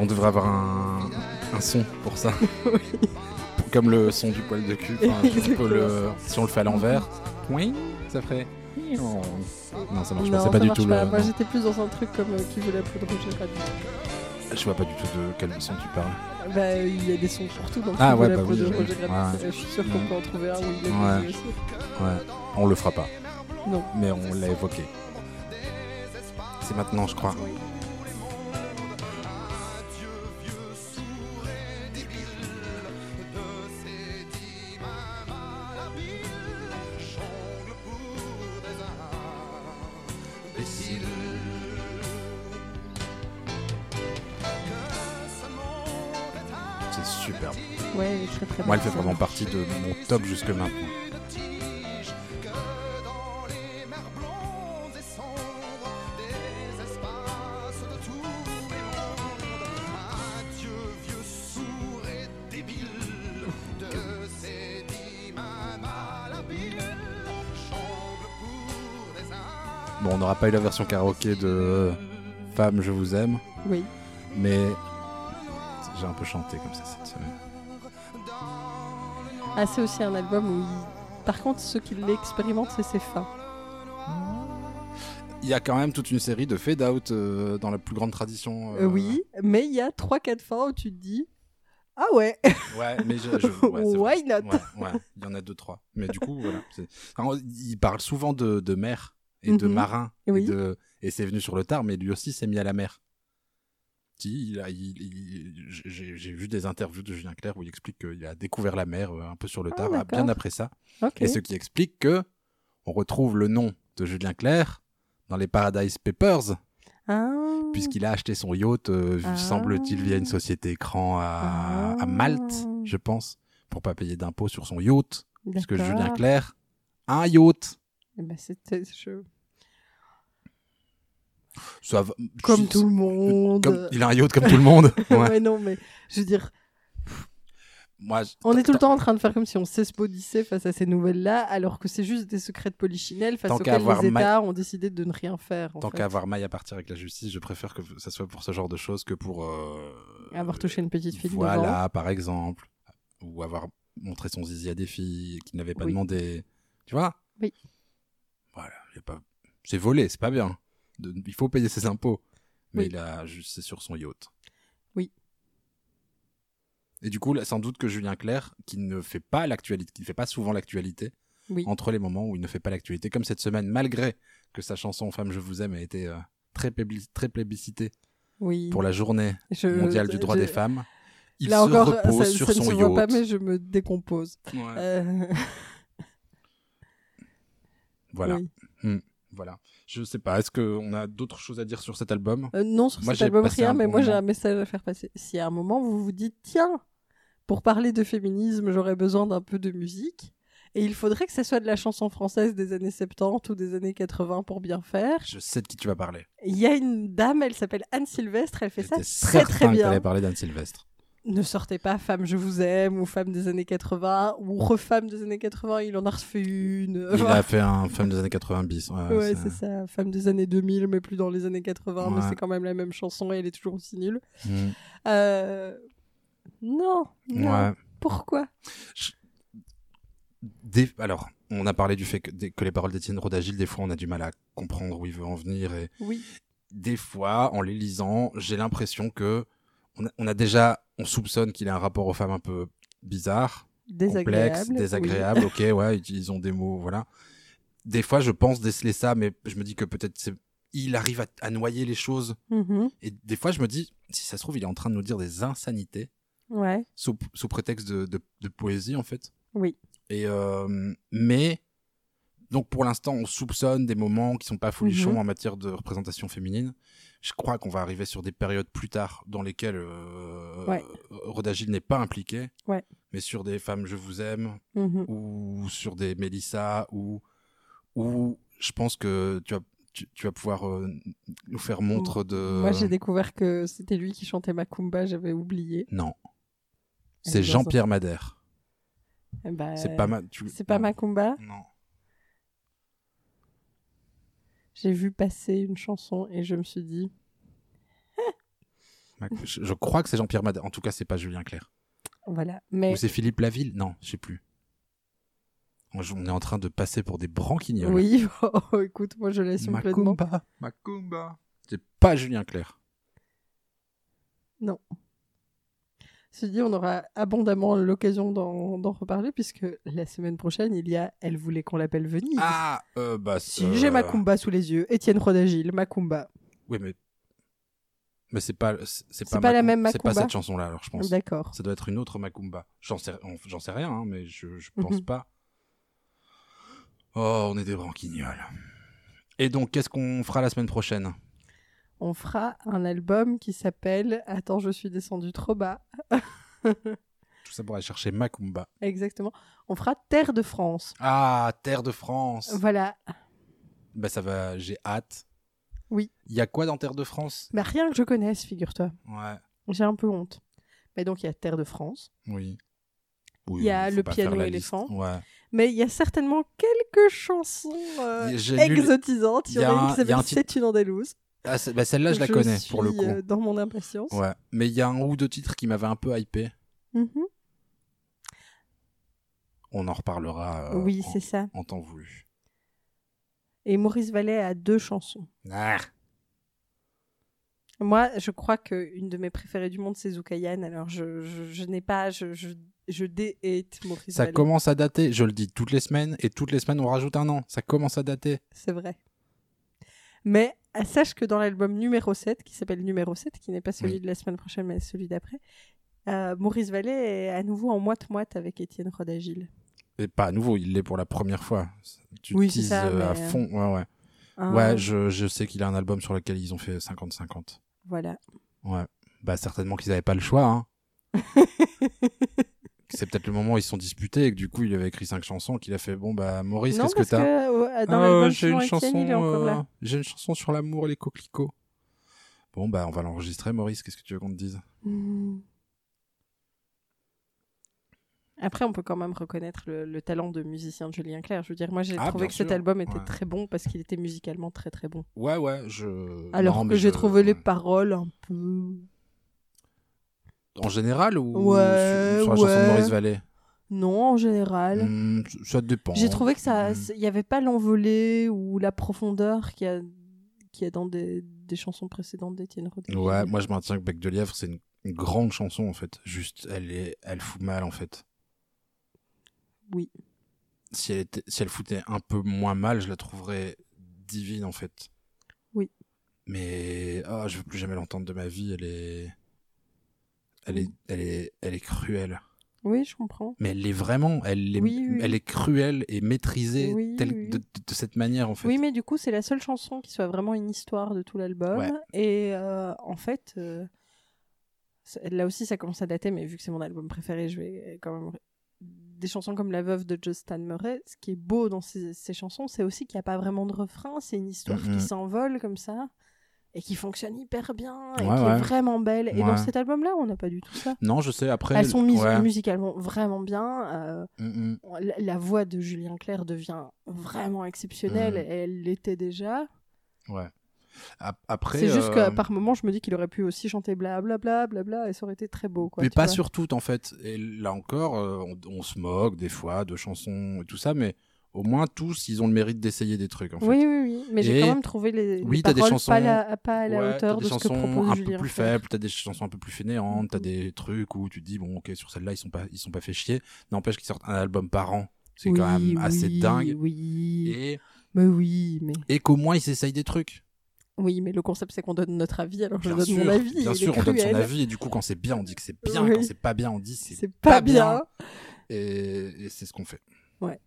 Speaker 2: On devrait avoir un, un son pour ça. Pour- Comme le son du poil de cul. enfin, je peux le- si on le fait à l'envers, oui, ça ferait. Non, ça marche pas.
Speaker 3: Non,
Speaker 2: C'est pas
Speaker 3: ça
Speaker 2: du
Speaker 3: marche
Speaker 2: tout
Speaker 3: pas.
Speaker 2: le.
Speaker 3: Moi
Speaker 2: non.
Speaker 3: j'étais plus dans un truc comme euh, qui veut la poudre rouge à radio.
Speaker 2: Je vois pas du tout de quel son tu parles.
Speaker 3: Bah euh, il y a des sons surtout dans
Speaker 2: Ah
Speaker 3: qui
Speaker 2: ouais,
Speaker 3: veut
Speaker 2: bah oui,
Speaker 3: la poudre
Speaker 2: oui,
Speaker 3: rouge
Speaker 2: oui.
Speaker 3: à radio. Je suis sûr qu'on
Speaker 2: Ouais. Mm.
Speaker 3: peut en trouver un où il y a
Speaker 2: Ouais.
Speaker 3: des aussi.
Speaker 2: Ouais, on le fera pas.
Speaker 3: Non.
Speaker 2: Mais on l'a évoqué. C'est maintenant, je crois. C'est superbe.
Speaker 3: Ouais, très très
Speaker 2: Moi, elle
Speaker 3: bien,
Speaker 2: fait
Speaker 3: ça.
Speaker 2: vraiment partie de mon top jusque maintenant. Bon, on n'aura pas eu la version karaoké de Femme, je vous aime,
Speaker 3: Oui.
Speaker 2: mais j'ai un peu chanté comme ça cette semaine.
Speaker 3: Ah, c'est aussi un album où il- Par contre, ceux qui l'expérimentent, c'est ses fins.
Speaker 2: Il y a quand même toute une série de fade out euh, dans la plus grande tradition. euh,
Speaker 3: Euh, oui, mais il y a 3-4 fins où tu te dis Ah ouais
Speaker 2: Ouais, mais je. je- ouais, c'est vrai.
Speaker 3: Why not
Speaker 2: Ouais, ouais, il y en a deux, trois. Mais du coup, voilà. c'est- Alors, il parle souvent de, de mer et de
Speaker 3: Mhm.
Speaker 2: marin.
Speaker 3: Oui.
Speaker 2: Et, de- et c'est venu sur le tard, mais lui aussi s'est mis à la mer. Si, il a- il- il- j'ai j'ai vu des interviews de Julien Clerc où il explique qu'il a découvert la mer euh, un peu sur le
Speaker 3: Ah,
Speaker 2: tard,
Speaker 3: d'accord.
Speaker 2: bien après ça.
Speaker 3: Ok.
Speaker 2: Et ce qui explique que on retrouve le nom de Julien Clerc dans les Paradise Papers,
Speaker 3: Ah.
Speaker 2: puisqu'il a acheté son yacht, euh,
Speaker 3: Ah.
Speaker 2: semble-t-il, via une société écran à, à Malte,
Speaker 3: Ah.
Speaker 2: je pense, pour pas payer d'impôts sur son yacht, puisque
Speaker 3: D'accord.
Speaker 2: Julien Clerc a un yacht.
Speaker 3: Eh ben, c'était- je-
Speaker 2: Ça va-
Speaker 3: Comme
Speaker 2: je-
Speaker 3: tout le monde.
Speaker 2: comme- il a un yacht comme tout le monde. Ouais.
Speaker 3: Ouais, non, mais je veux dire,
Speaker 2: Moi, je-
Speaker 3: on est tout le temps en train de faire comme si on s'espaudissait face à ces nouvelles-là, alors que c'est juste des secrets de polichinelle face
Speaker 2: Tant qu'à
Speaker 3: auxquels
Speaker 2: avoir
Speaker 3: les
Speaker 2: ma-
Speaker 3: États ont décidé de ne rien faire. en
Speaker 2: tant
Speaker 3: fait.
Speaker 2: qu'à avoir maille à partir avec la justice, je préfère que ça soit pour ce genre de choses que pour euh,
Speaker 3: Avoir touché une petite fille
Speaker 2: Voilà, par exemple. Ou avoir montré son zizi à des filles qui n'avaient pas
Speaker 3: Oui.
Speaker 2: demandé. Tu vois
Speaker 3: Oui.
Speaker 2: Voilà, y a pas... c'est volé, c'est pas bien. De- Il faut payer ses impôts. Mais
Speaker 3: Oui.
Speaker 2: il a juste, c'est sur son yacht.
Speaker 3: Oui.
Speaker 2: Et du coup, là, sans doute que Julien Clerc, qui ne fait pas l'actualité, qui ne fait pas souvent l'actualité,
Speaker 3: Oui.
Speaker 2: entre les moments où il ne fait pas l'actualité, comme cette semaine, malgré que sa chanson Femme, je vous aime a été euh, très, pébli- très plébiscitée
Speaker 3: devant. Oui.
Speaker 2: pour la journée
Speaker 3: Je-
Speaker 2: mondial du droit
Speaker 3: Euh, je-
Speaker 2: des femmes. Il
Speaker 3: Là
Speaker 2: se
Speaker 3: encore,
Speaker 2: repose
Speaker 3: ça,
Speaker 2: sur
Speaker 3: ça ne
Speaker 2: son
Speaker 3: se
Speaker 2: yacht.
Speaker 3: voit pas, mais je me décompose.
Speaker 2: Ouais.
Speaker 3: Euh,
Speaker 2: Voilà,
Speaker 3: oui.
Speaker 2: voilà. Je sais pas. Est-ce qu'on a d'autres choses à dire sur cet album
Speaker 3: Euh, non, sur
Speaker 2: Moi,
Speaker 3: cet
Speaker 2: j'ai
Speaker 3: album,
Speaker 2: passé
Speaker 3: rien,
Speaker 2: un
Speaker 3: mais
Speaker 2: bon
Speaker 3: moi j'ai
Speaker 2: moment.
Speaker 3: un message à faire passer. Si à un moment vous vous dites, tiens, pour parler de féminisme, j'aurais besoin d'un peu de musique, et il faudrait que ça soit de la chanson française des années 70 ou des années 80 pour bien faire,
Speaker 2: Je sais de qui tu vas parler.
Speaker 3: il y a une dame, elle s'appelle Anne Sylvestre, elle fait ça
Speaker 2: J'étais
Speaker 3: très très
Speaker 2: certain que t'allais
Speaker 3: bien.
Speaker 2: parler d'Anne Sylvestre.
Speaker 3: Ne sortez pas Femme, je vous aime, ou Femme des années 80, ou Refemme des années 80, il en a refait une.
Speaker 2: Il a fait un film des années 80 bis. Ouais,
Speaker 3: Ouais,
Speaker 2: c'est-
Speaker 3: c'est ça. Femme des années 2000, mais plus dans les années 80, mais
Speaker 2: Ouais.
Speaker 3: c'est quand même la même chanson et elle est toujours aussi nulle.
Speaker 2: Mm.
Speaker 3: Euh... Non, non.
Speaker 2: Ouais.
Speaker 3: Pourquoi
Speaker 2: Des- Alors, on a parlé du fait que, des- que les paroles d'Étienne Rodagil, des fois, on a du mal à comprendre où il veut en venir et
Speaker 3: Oui.
Speaker 2: des fois, en les lisant, j'ai l'impression que on a, on a déjà, on soupçonne qu'il a un rapport aux femmes un peu bizarre,
Speaker 3: Désagréable.
Speaker 2: complexe,
Speaker 3: oui.
Speaker 2: désagréable. ok, ouais, ils ont des mots, voilà. Des fois, je pense déceler ça, mais je me dis que peut-être c'est, il arrive à, à noyer les choses.
Speaker 3: Mhm.
Speaker 2: Et des fois, je me dis, si ça se trouve, il est en train de nous dire des insanités
Speaker 3: Ouais.
Speaker 2: sous, sous prétexte de, de- de poésie, en fait.
Speaker 3: Oui.
Speaker 2: Et euh, mais donc pour l'instant, on soupçonne des moments qui sont pas folichons
Speaker 3: Mhm.
Speaker 2: en matière de représentation féminine. Je crois qu'on va arriver sur des périodes plus tard dans lesquelles euh,
Speaker 3: Ouais.
Speaker 2: Rodagil n'est pas impliqué,
Speaker 3: Ouais.
Speaker 2: mais sur des femmes je vous aime
Speaker 3: Mhm.
Speaker 2: ou sur des Mélissa ou ou je pense que tu vois tu, tu vas pouvoir euh, nous faire montre de.
Speaker 3: Moi, j'ai découvert que c'était lui qui chantait Macumba, j'avais oublié.
Speaker 2: Non,
Speaker 3: Elle
Speaker 2: c'est
Speaker 3: est dans
Speaker 2: Jean-Pierre Madère.
Speaker 3: Eh ben,
Speaker 2: C'est pas mal. tu-
Speaker 3: C'est pas Macumba.
Speaker 2: Non.
Speaker 3: J'ai vu passer une chanson et je me suis dit,
Speaker 2: Mac- Je, je crois que c'est Jean-Pierre Madère. En tout cas, c'est pas Julien Clerc.
Speaker 3: voilà. Mais
Speaker 2: Ou c'est Philippe Laville Non, je sais plus. On on est en train de passer pour des branquignoles.
Speaker 3: oui, oh, écoute, moi je l'assume complètement.
Speaker 2: Macumba. Macumba. C'est pas Julien Clerc.
Speaker 3: Ceci dit, on aura abondamment l'occasion d'en d'en reparler puisque la semaine prochaine, il y a Elle voulait qu'on l'appelle Venise.
Speaker 2: Ah, euh, bah.
Speaker 3: si
Speaker 2: euh,
Speaker 3: j'ai Macumba sous les yeux, Étienne Rodagil, Macumba.
Speaker 2: Oui, mais. Mais c'est pas, c'est c'est pas,
Speaker 3: pas la
Speaker 2: Macum-
Speaker 3: même
Speaker 2: C'est pas
Speaker 3: Macumba
Speaker 2: cette chanson-là, alors je pense.
Speaker 3: D'accord.
Speaker 2: Ça doit être une autre Macumba. J'en sais, on- j'en sais rien, hein, mais je, je pense
Speaker 3: Mhm.
Speaker 2: pas. Oh, on est des branquignoles. Et donc, qu'est-ce qu'on fera la semaine prochaine
Speaker 3: On fera un album qui s'appelle Attends, je suis descendu trop bas.
Speaker 2: Tout ça pour aller chercher Macumba.
Speaker 3: Exactement. On fera Terre de France.
Speaker 2: Ah, Terre de France
Speaker 3: Voilà.
Speaker 2: Bah ça va, j'ai hâte.
Speaker 3: Oui.
Speaker 2: Il y a quoi dans Terre de France
Speaker 3: Bah, rien que je connaisse, figure-toi.
Speaker 2: Ouais.
Speaker 3: J'ai un peu honte. Mais donc, il y a Terre de France.
Speaker 2: Oui.
Speaker 3: Il y a
Speaker 2: faut
Speaker 3: le
Speaker 2: pas
Speaker 3: piano
Speaker 2: faire la
Speaker 3: éléphant.
Speaker 2: liste. Ouais.
Speaker 3: Mais il y a certainement quelques chansons euh,
Speaker 2: J'ai lu-
Speaker 3: exotisantes. Il y,
Speaker 2: il y a
Speaker 3: en a
Speaker 2: un-
Speaker 3: une qui
Speaker 2: il y a un
Speaker 3: s'appelle
Speaker 2: titre-
Speaker 3: C'est une Andalouse.
Speaker 2: Ah, c'est- bah, celle-là, je la connais,
Speaker 3: suis,
Speaker 2: pour le coup.
Speaker 3: euh, dans mon impatience.
Speaker 2: Ouais. Mais il y a un ou deux titres qui m'avaient un peu hypé.
Speaker 3: Mhm.
Speaker 2: On en reparlera euh,
Speaker 3: oui,
Speaker 2: en-
Speaker 3: c'est ça.
Speaker 2: en, temps voulu.
Speaker 3: Et Maurice Vallet a deux chansons.
Speaker 2: Ah,
Speaker 3: Moi, je crois qu'une de mes préférées du monde, c'est Zoukayan. Alors, je, je, je n'ai pas. Je, je, je déhate Maurice
Speaker 2: ça
Speaker 3: Vallet.
Speaker 2: commence à dater, je le dis toutes les semaines, et toutes les semaines on rajoute un an. Ça commence à dater.
Speaker 3: C'est vrai. Mais ah, sache que dans l'album numéro 7, qui s'appelle numéro 7, qui n'est pas celui
Speaker 2: Oui.
Speaker 3: de la semaine prochaine, mais celui d'après, euh, Maurice Vallet est à nouveau en moite-moite avec Étienne Rodagil.
Speaker 2: Et pas à nouveau, il l'est pour la première fois. Tu
Speaker 3: Oui, c'est
Speaker 2: teases
Speaker 3: ça,
Speaker 2: euh, à
Speaker 3: mais, euh,
Speaker 2: fond. Ouais, ouais.
Speaker 3: Hein,
Speaker 2: Ouais, je, je sais qu'il a un album sur lequel ils ont fait 50-50.
Speaker 3: Voilà.
Speaker 2: Ouais. Bah certainement qu'ils n'avaient pas le choix. Hein. C'est peut-être le moment où ils se sont disputés et que du coup il avait écrit cinq chansons qu'il a fait bon bah Maurice
Speaker 3: non,
Speaker 2: qu'est-ce que
Speaker 3: parce que,
Speaker 2: t'as
Speaker 3: euh, dans
Speaker 2: Ah,
Speaker 3: l'album
Speaker 2: euh, j'ai
Speaker 3: suivant,
Speaker 2: une
Speaker 3: Étienne,
Speaker 2: chanson
Speaker 3: il est encore
Speaker 2: euh,
Speaker 3: là.
Speaker 2: j'ai une chanson sur l'amour et les coquelicots. Bon bah on va l'enregistrer Maurice qu'est-ce que tu veux qu'on te dise
Speaker 3: Hmm. Après, on peut quand même reconnaître le, le talent de musicien de Julien Clerc. Je veux dire, moi, j'ai
Speaker 2: Ah,
Speaker 3: trouvé
Speaker 2: bien
Speaker 3: que cet
Speaker 2: sûr,
Speaker 3: album était
Speaker 2: ouais.
Speaker 3: très bon parce qu'il était musicalement très très bon.
Speaker 2: Ouais ouais je
Speaker 3: Alors
Speaker 2: Non, mais
Speaker 3: que j'ai
Speaker 2: je-
Speaker 3: trouvé les
Speaker 2: ouais.
Speaker 3: paroles un peu.
Speaker 2: en général ou
Speaker 3: Ouais,
Speaker 2: sur, sur la chanson de
Speaker 3: ouais.
Speaker 2: Maurice Vallée
Speaker 3: Non, en général.
Speaker 2: Hmm, ça dépend.
Speaker 3: J'ai trouvé que ça,
Speaker 2: Hmm.
Speaker 3: il n'y avait pas l'envolée ou la profondeur qu'il y a, qu'il y a dans des, des chansons précédentes d'Étienne Rodin.
Speaker 2: Ouais, moi je maintiens que Bec de Lièvre, c'est une, une grande chanson en fait. Juste, elle, est, elle fout mal en fait.
Speaker 3: Oui.
Speaker 2: Si elle, était, si elle foutait un peu moins mal, je la trouverais divine en fait.
Speaker 3: Oui.
Speaker 2: Mais ah, je veux plus jamais l'entendre de ma vie. Elle est, elle est, elle est, elle est cruelle.
Speaker 3: Oui, je comprends.
Speaker 2: Mais elle l'est vraiment. Elle est,
Speaker 3: Oui, oui,
Speaker 2: elle est cruelle et maîtrisée
Speaker 3: Oui,
Speaker 2: telle-
Speaker 3: oui.
Speaker 2: De, de- de cette manière en fait.
Speaker 3: Oui, mais du coup, c'est la seule chanson qui soit vraiment une histoire de tout l'album.
Speaker 2: Ouais.
Speaker 3: Et euh, en fait, euh, ça- là aussi, ça commence à dater, mais vu que c'est mon album préféré, je vais quand même. Des chansons comme La veuve de Justin Murray, ce qui est beau dans ces, ces chansons, c'est aussi qu'il n'y a pas vraiment de refrain, c'est une histoire
Speaker 2: Mhm.
Speaker 3: qui s'envole comme ça. Et qui fonctionne hyper bien, et
Speaker 2: Ouais,
Speaker 3: qui
Speaker 2: ouais.
Speaker 3: est vraiment belle. Et dans
Speaker 2: Ouais.
Speaker 3: cet album-là, on n'a pas du tout ça.
Speaker 2: Non, je sais. Après,
Speaker 3: Elles sont mises
Speaker 2: ouais.
Speaker 3: musicalement vraiment bien. euh,
Speaker 2: Mm, mm.
Speaker 3: la, la voix de Julien Clerc devient vraiment exceptionnelle.
Speaker 2: Mhm.
Speaker 3: Elle l'était déjà.
Speaker 2: Ap- Après,
Speaker 3: C'est juste que
Speaker 2: euh,
Speaker 3: par moment, je me dis qu'il aurait pu aussi chanter blablabla, blabla, et ça aurait été très beau. Quoi,
Speaker 2: mais
Speaker 3: tu
Speaker 2: pas
Speaker 3: vois.
Speaker 2: sur toutes en fait. Et là encore, euh, on, on se moque des fois de chansons et tout ça, mais au moins tous, ils ont le mérite d'essayer des trucs en fait.
Speaker 3: Oui, oui, oui. Mais j'ai
Speaker 2: Et-
Speaker 3: quand même trouvé les, les
Speaker 2: oui, t'as des
Speaker 3: paroles
Speaker 2: chansons-
Speaker 3: pas, la- pas à la
Speaker 2: Ouais, t'as
Speaker 3: hauteur de
Speaker 2: des
Speaker 3: ce que
Speaker 2: chansons
Speaker 3: propose
Speaker 2: un
Speaker 3: Julien Mm.
Speaker 2: peu plus
Speaker 3: Clerc.
Speaker 2: faibles, t'as des chansons un peu plus fainéantes, t'as des trucs où tu te dis bon ok sur celle-là ils sont pas ils sont pas fait chier. N'empêche qu'ils sortent un album par an, c'est quand
Speaker 3: Oui,
Speaker 2: même assez
Speaker 3: oui,
Speaker 2: dingue.
Speaker 3: Oui,
Speaker 2: Et,
Speaker 3: mais oui, mais
Speaker 2: et qu'au moins ils essayent des trucs.
Speaker 3: oui, mais le concept c'est qu'on donne notre avis. Alors je
Speaker 2: Bien
Speaker 3: donne
Speaker 2: sûr,
Speaker 3: mon avis.
Speaker 2: bien
Speaker 3: il est
Speaker 2: sûr, on donne son
Speaker 3: cruel.
Speaker 2: avis et du coup quand c'est bien on dit que c'est bien,
Speaker 3: Oui.
Speaker 2: quand c'est pas bien on dit c'est
Speaker 3: C'est pas
Speaker 2: pas bien.
Speaker 3: bien.
Speaker 2: et, et c'est ce qu'on fait.
Speaker 3: Ouais.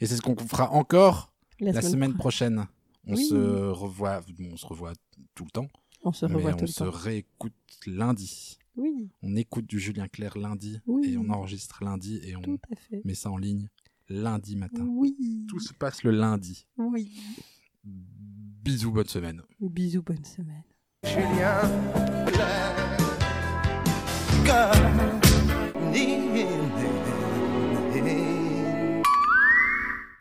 Speaker 2: Et c'est ce qu'on fera encore la semaine prochaine. On
Speaker 3: Oui.
Speaker 2: se revoit, bon, on se revoit tout le temps,
Speaker 3: on se
Speaker 2: mais
Speaker 3: revoit tout
Speaker 2: on
Speaker 3: le
Speaker 2: se
Speaker 3: temps.
Speaker 2: réécoute lundi.
Speaker 3: Oui,
Speaker 2: On écoute du Julien Clerc lundi
Speaker 3: Oui.
Speaker 2: et on enregistre lundi et on
Speaker 3: tout à fait.
Speaker 2: met ça en ligne lundi matin.
Speaker 3: Oui.
Speaker 2: Tout se passe le lundi.
Speaker 3: Oui.
Speaker 2: Bisous. Bisous, bonne semaine.
Speaker 3: Bisous, bonne semaine.
Speaker 1: Julien.